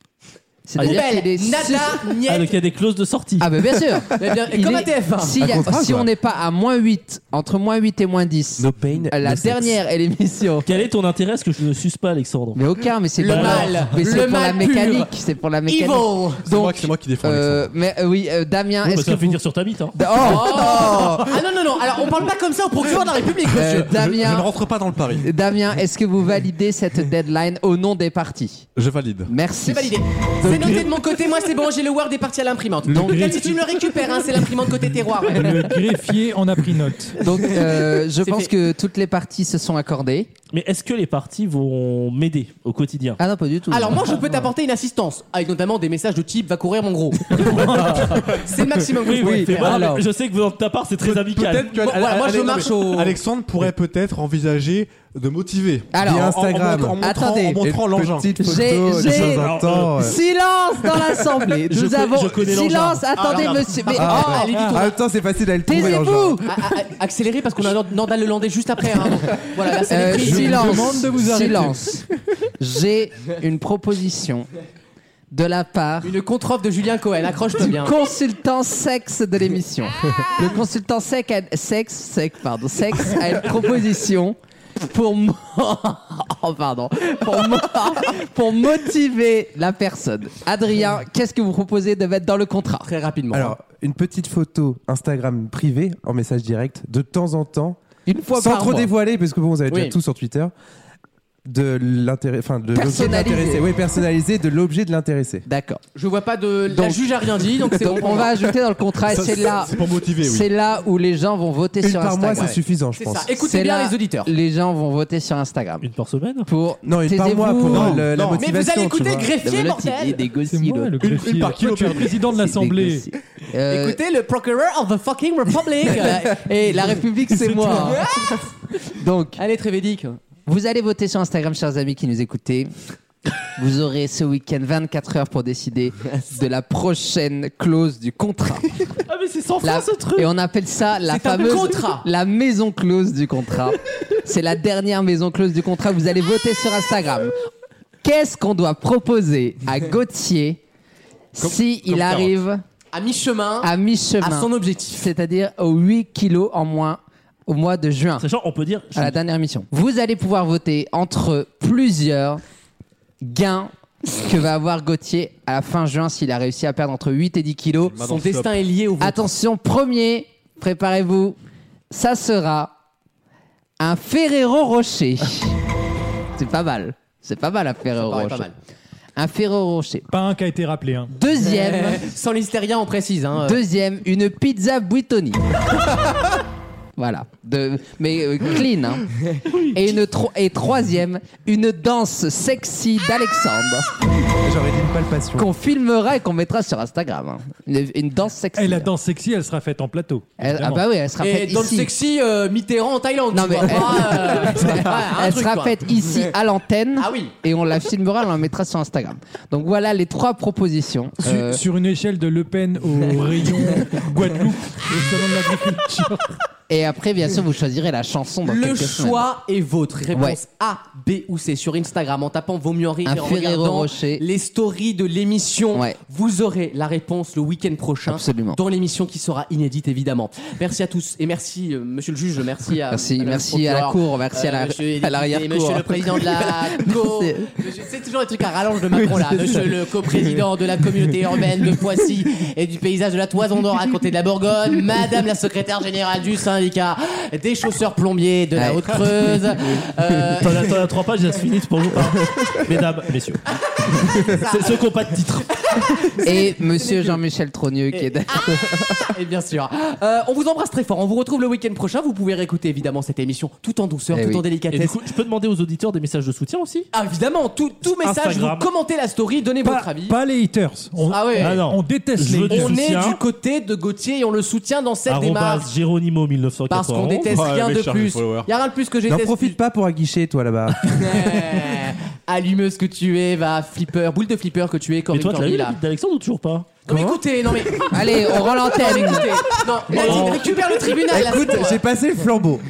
E: C'est-à-dire
B: Poubelle,
E: qu'il est
B: nada,
D: Ah, donc
B: niet.
D: il y a des clauses de sortie.
E: Ah, ben bien sûr
B: Eh bien,
E: Il
B: Comme à
E: est-
B: TF1.
E: s'il y a-
H: Un contrat,
E: Si
H: quoi.
E: on n'est pas à moins 8, entre moins 8 et moins 10,
H: No pain,
E: la
H: no sex.
E: dernière est l'émission.
D: Quel est ton intérêt à ce que je ne suce pas, Alexandre
E: Mais aucun, mais c'est
B: Le
E: pour la-
B: mal,
E: mais c'est
B: le
E: pour la
B: mal pur.
E: mécanique, c'est pour la mécanique.
B: Evil.
C: C'est moi, c'est moi qui défends
E: Euh, mais euh, oui, euh,
H: Oh,
E: Damien,
D: Oui, bah,
E: est-ce
D: Ça
E: que
D: va
E: vous...
D: finir sur ta bite. hein.
E: Oh,
B: Oh Ah non, non, non. Alors, on parle pas comme ça au procureur de la République,
E: euh,
B: monsieur.
C: Alexandre. Je ne
E: Damien,
C: rentre pas dans le pari.
E: Damien, est-ce que vous validez cette deadline au nom des partis
C: Je valide.
E: Merci.
B: C'est validé. C'est noté de mon côté, moi c'est bon, j'ai le Word est parti à l'imprimante. Donc, même si tu me le récupères, hein, c'est l'imprimante côté terroir.
F: Le greffier en a pris note.
E: Donc, euh, je
B: C'est
E: pense
B: fait.
E: que toutes les parties se sont accordées.
D: Mais est-ce que les parties vont m'aider au quotidien
E: Ah non, pas
D: Mmh.
E: du tout.
B: Alors moi, je peux t'apporter une assistance, avec notamment des messages de type va courir mon gros. c'est le maximum que je peux
D: mais
B: faire.
D: voilà,
E: alors.
D: mais je sais que de ta part c'est très amical.
C: Peut-être que-
B: Bon, voilà, moi, je
C: Allez, non,
B: marche
C: mais
B: au-
C: Alexandre pourrait peut-être envisager de motiver.
E: Alors,
C: Via
E: en- en
C: Instagram.
E: montrant- en montrant- Attendez.
C: en montrant l'engin.
H: Petite photo
E: J'ai-
H: de
E: j'ai-
H: temps en temps. euh.
E: Silence dans l'assemblée.
D: Je
E: Nous
D: co-
E: avons
D: je connais
E: silence. Attendez,
B: Ah,
E: monsieur. Mais
H: Ah,
E: oh,
H: bah.
B: allez vite, on
H: En même temps, c'est facile à le trouver l'engin.
E: taisez-vous.
B: Ah, ah, ah, accélérez parce qu'on a Nordal le Landais juste après. hein. Donc, voilà, là, c'est
E: Euh,
B: les prix.
E: silence.
F: demande de vous arrêter.
E: silence. J'ai une proposition de la part
B: Une contre-offre de Julien Cohen. Accroche-toi bien.
E: consultant sexe de l'émission. Le consultant sec a- sexe, sec, pardon, sexe a une proposition pour mo- oh, pardon, pour, mo- pour motiver la personne. Adrien, qu'est-ce que vous proposez de mettre dans le contrat
B: Très rapidement.
H: Alors, une petite photo Instagram privée en message direct, de temps en temps,
E: Une fois
H: sans
E: par
H: trop
E: mois.
H: dévoiler, parce que bon, vous avez
B: Oui.
H: déjà tout sur Twitter, de l'intérêt, enfin de l'objet de
E: Personnalisé.
H: l'intéressé. Oui, personnalisé de l'objet de l'intéressé.
E: D'accord.
B: Je vois pas de. la
E: Donc-
B: juge a rien dit, donc c'est bon.
E: Donc
B: pour
E: on va
B: moi.
E: ajouter dans le contrat et
C: Ça,
E: c'est là,
C: C'est pour motiver, oui.
E: c'est là où les gens vont voter
H: Une
E: sur
H: par mois,
E: Instagram.
H: c'est suffisant, je
B: C'est
H: pense.
B: ça. Écoutez
E: C'est
B: bien
E: là-
B: les auditeurs.
E: Les gens vont voter sur Instagram.
D: Une par semaine
E: Pour
H: Non, une par
E: taisez-vous.
H: mois pour euh,
B: Mais
C: non. Mais vous
H: le- la
B: vous
H: motivation.
B: allez
H: tu
E: hein,
B: écouter
H: vois.
B: greffier,
E: Il
B: mortel.
E: négocie,
F: C'est moi,
E: l'autre.
F: le
C: Une-
F: greffier.
C: une par kilo,
F: Toi, tu es le
C: par-
F: président de
E: C'est
F: l'Assemblée.
E: dégoûté. Euh,
B: Écoutez le procureur of the fucking republic. Euh,
E: Bah, Et la République, c'est moi. Ah Donc,
B: Allez, très védique.
E: vous allez voter sur Instagram, chers amis qui nous écoutez. Vous aurez ce week-end 24 heures pour décider de la prochaine clause du contrat.
D: Ah mais c'est sans
E: La-
D: fin ce truc
E: Et on appelle ça la
B: C'est un
E: fameuse
B: contrat.
E: la maison close du contrat. C'est la dernière maison close du contrat. Vous allez voter sur Instagram. Qu'est-ce qu'on doit proposer à Gauthier si il arrive
B: À mi-chemin,
E: à mi-chemin
B: à son objectif.
E: c'est-à-dire aux 8 kilos en moins au mois de juin,
D: Sachant on peut dire je-
E: à la dernière mission. Vous allez pouvoir voter entre plusieurs gains que va avoir Gauthier à la fin juin s'il a réussi à perdre entre 8 et 10 kilos.
B: Son destin est lié au vote.
E: Attention, premier, préparez-vous, ça sera un Ferrero Rocher. C'est pas mal, c'est pas mal un
B: Ça
E: Ferrero
B: paraît
E: Rocher.
B: pas mal.
E: Un Ferrero Rocher.
F: Pas un qui a été rappelé. Hein.
E: Deuxième,
B: Sans les hystériens, on précise. Hein.
E: Deuxième, une pizza buitoni. voilà. De- mais euh, clean. hein. Et, une tro- et troisième, une danse sexy d'Alexandre
H: J'aurais dit une palpation.
E: qu'on filmera et qu'on mettra sur Instagram. hein. Une, une danse sexy.
F: Et la danse sexy, elle sera faite en plateau.
E: Elle- ah
F: évidemment.
E: bah oui, elle sera
B: Et
E: faite
B: dans
E: ici.
B: le sexy euh, Mitterrand en Thaïlande.
E: Non,
B: tu
E: mais
B: vois
E: elle-
B: pas, euh, ouais, un
E: Elle
B: truc,
E: sera
B: quoi.
E: faite ici à l'antenne
B: Ah oui.
E: et on la filmera, on la mettra sur Instagram. Donc voilà les trois propositions.
F: Su-
E: Euh,
F: Sur une échelle de Le Pen au rayon Guadeloupe, le salon de l'agriculture.
E: et après, bien sûr, vous choisirez la chanson dans
B: Le
E: quelques semaines.
B: choix est votre. Réponse
E: Ouais.
B: A, B ou C sur Instagram en tapant Vaut mieux en rire
E: Un
B: et en
E: Ferrero
B: regardant
E: Rocher.
B: les stories de l'émission.
E: Ouais.
B: Vous aurez la réponse le week-end prochain
E: Absolument.
B: dans l'émission qui sera inédite évidemment. Merci à tous et merci euh, Monsieur le juge, merci à
E: Merci,
B: Madame
E: merci à la
B: procureur,
E: cour, merci à la-
B: Euh, monsieur
E: à l'arrière-cour.
B: et Monsieur le président de la cour.
E: C'est-
B: Monsieur- C'est toujours des trucs à rallonge de Macron là. Monsieur le coprésident de la communauté urbaine de Poissy et du paysage de la Toison d'Or à côté de la Bourgogne. Madame la secrétaire générale du syndicat des chausseurs plombiers de la
E: Ouais.
B: Haute-Creuse. Euh,
D: T'en as, t'en as trois pages, elles se finissent pour vous par mesdames, messieurs. C'est ceux qui n'ont pas de titre.
E: Et monsieur Jean-Michel Trogneux qui
B: Et-
E: est
B: Et bien sûr. Euh, on vous embrasse très fort. On vous retrouve le week-end prochain. Vous pouvez réécouter évidemment cette émission tout en douceur,
E: Eh
B: tout
E: oui.
B: en
D: Et du
B: délicatesse.
D: coup, je peux demander aux auditeurs des messages de soutien aussi
B: Ah, évidemment, tout, tout message, vous
D: Instagram.
B: commentez la story, donnez votre
F: pas,
B: avis.
F: pas les haters. On,
B: ah ouais.
D: Ah non.
F: on déteste
D: Je veux
F: les
D: du
F: haters.
B: on est
D: soutien.
B: du côté de Gauthier et on le soutient dans cette
D: Arrobas
B: démarche.
D: Géronimo
B: Parce
D: 1991.
B: qu'on déteste
C: Ouais,
B: rien
C: mais
B: de
C: cher, les
B: plus.
C: followers.
B: Y a rien de plus que
H: N'en
B: j'étais.
H: profite pas pour aguicher, toi, là-bas.
B: Ah, Allumeuse que tu es, va, flipper, boule de flipper que tu es, comme
D: Mais toi,
B: une
D: t'as eu
B: corbeille,
D: la
B: là.
D: bite d'Alexandre ou toujours pas
B: Non, mais écoutez, non, mais.
E: Allez, on rend l'antenne.
B: écoutez, non,
D: Oh.
B: Nadine, récupère le tribunal, là,
H: Écoute,
B: c'est bon.
H: j'ai passé le flambeau.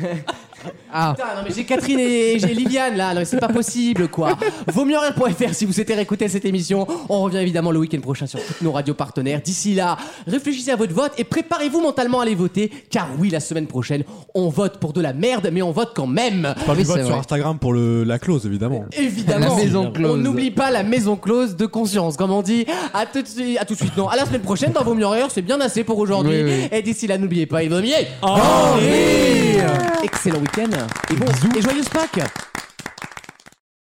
E: Ah.
B: Putain, non mais j'ai Catherine et j'ai Liliane là, non mais c'est pas possible quoi. Vaut mieux en rire.fr si vous souhaitez réécouter cette émission. On revient évidemment le week-end prochain sur toutes nos radios partenaires. D'ici là, réfléchissez à votre vote et préparez-vous mentalement à aller voter, car oui, la semaine prochaine, on vote pour de la merde, mais on vote quand même.
C: Enfin,
E: Oui,
C: du vote
E: c'est
C: sur
E: vrai.
C: Instagram pour le, la clause, évidemment.
B: Évidemment,
E: La maison
B: on
E: close.
B: n'oublie pas la maison close de conscience, comme on dit. À tout de suite, à tout de suite, non, à la semaine prochaine dans Vaut mieux en rire, c'est bien assez pour aujourd'hui.
E: Oui, oui.
B: Et d'ici là, n'oubliez pas, il vaut mieux en rire. Excellent week-end et bon et joyeuse Pâques.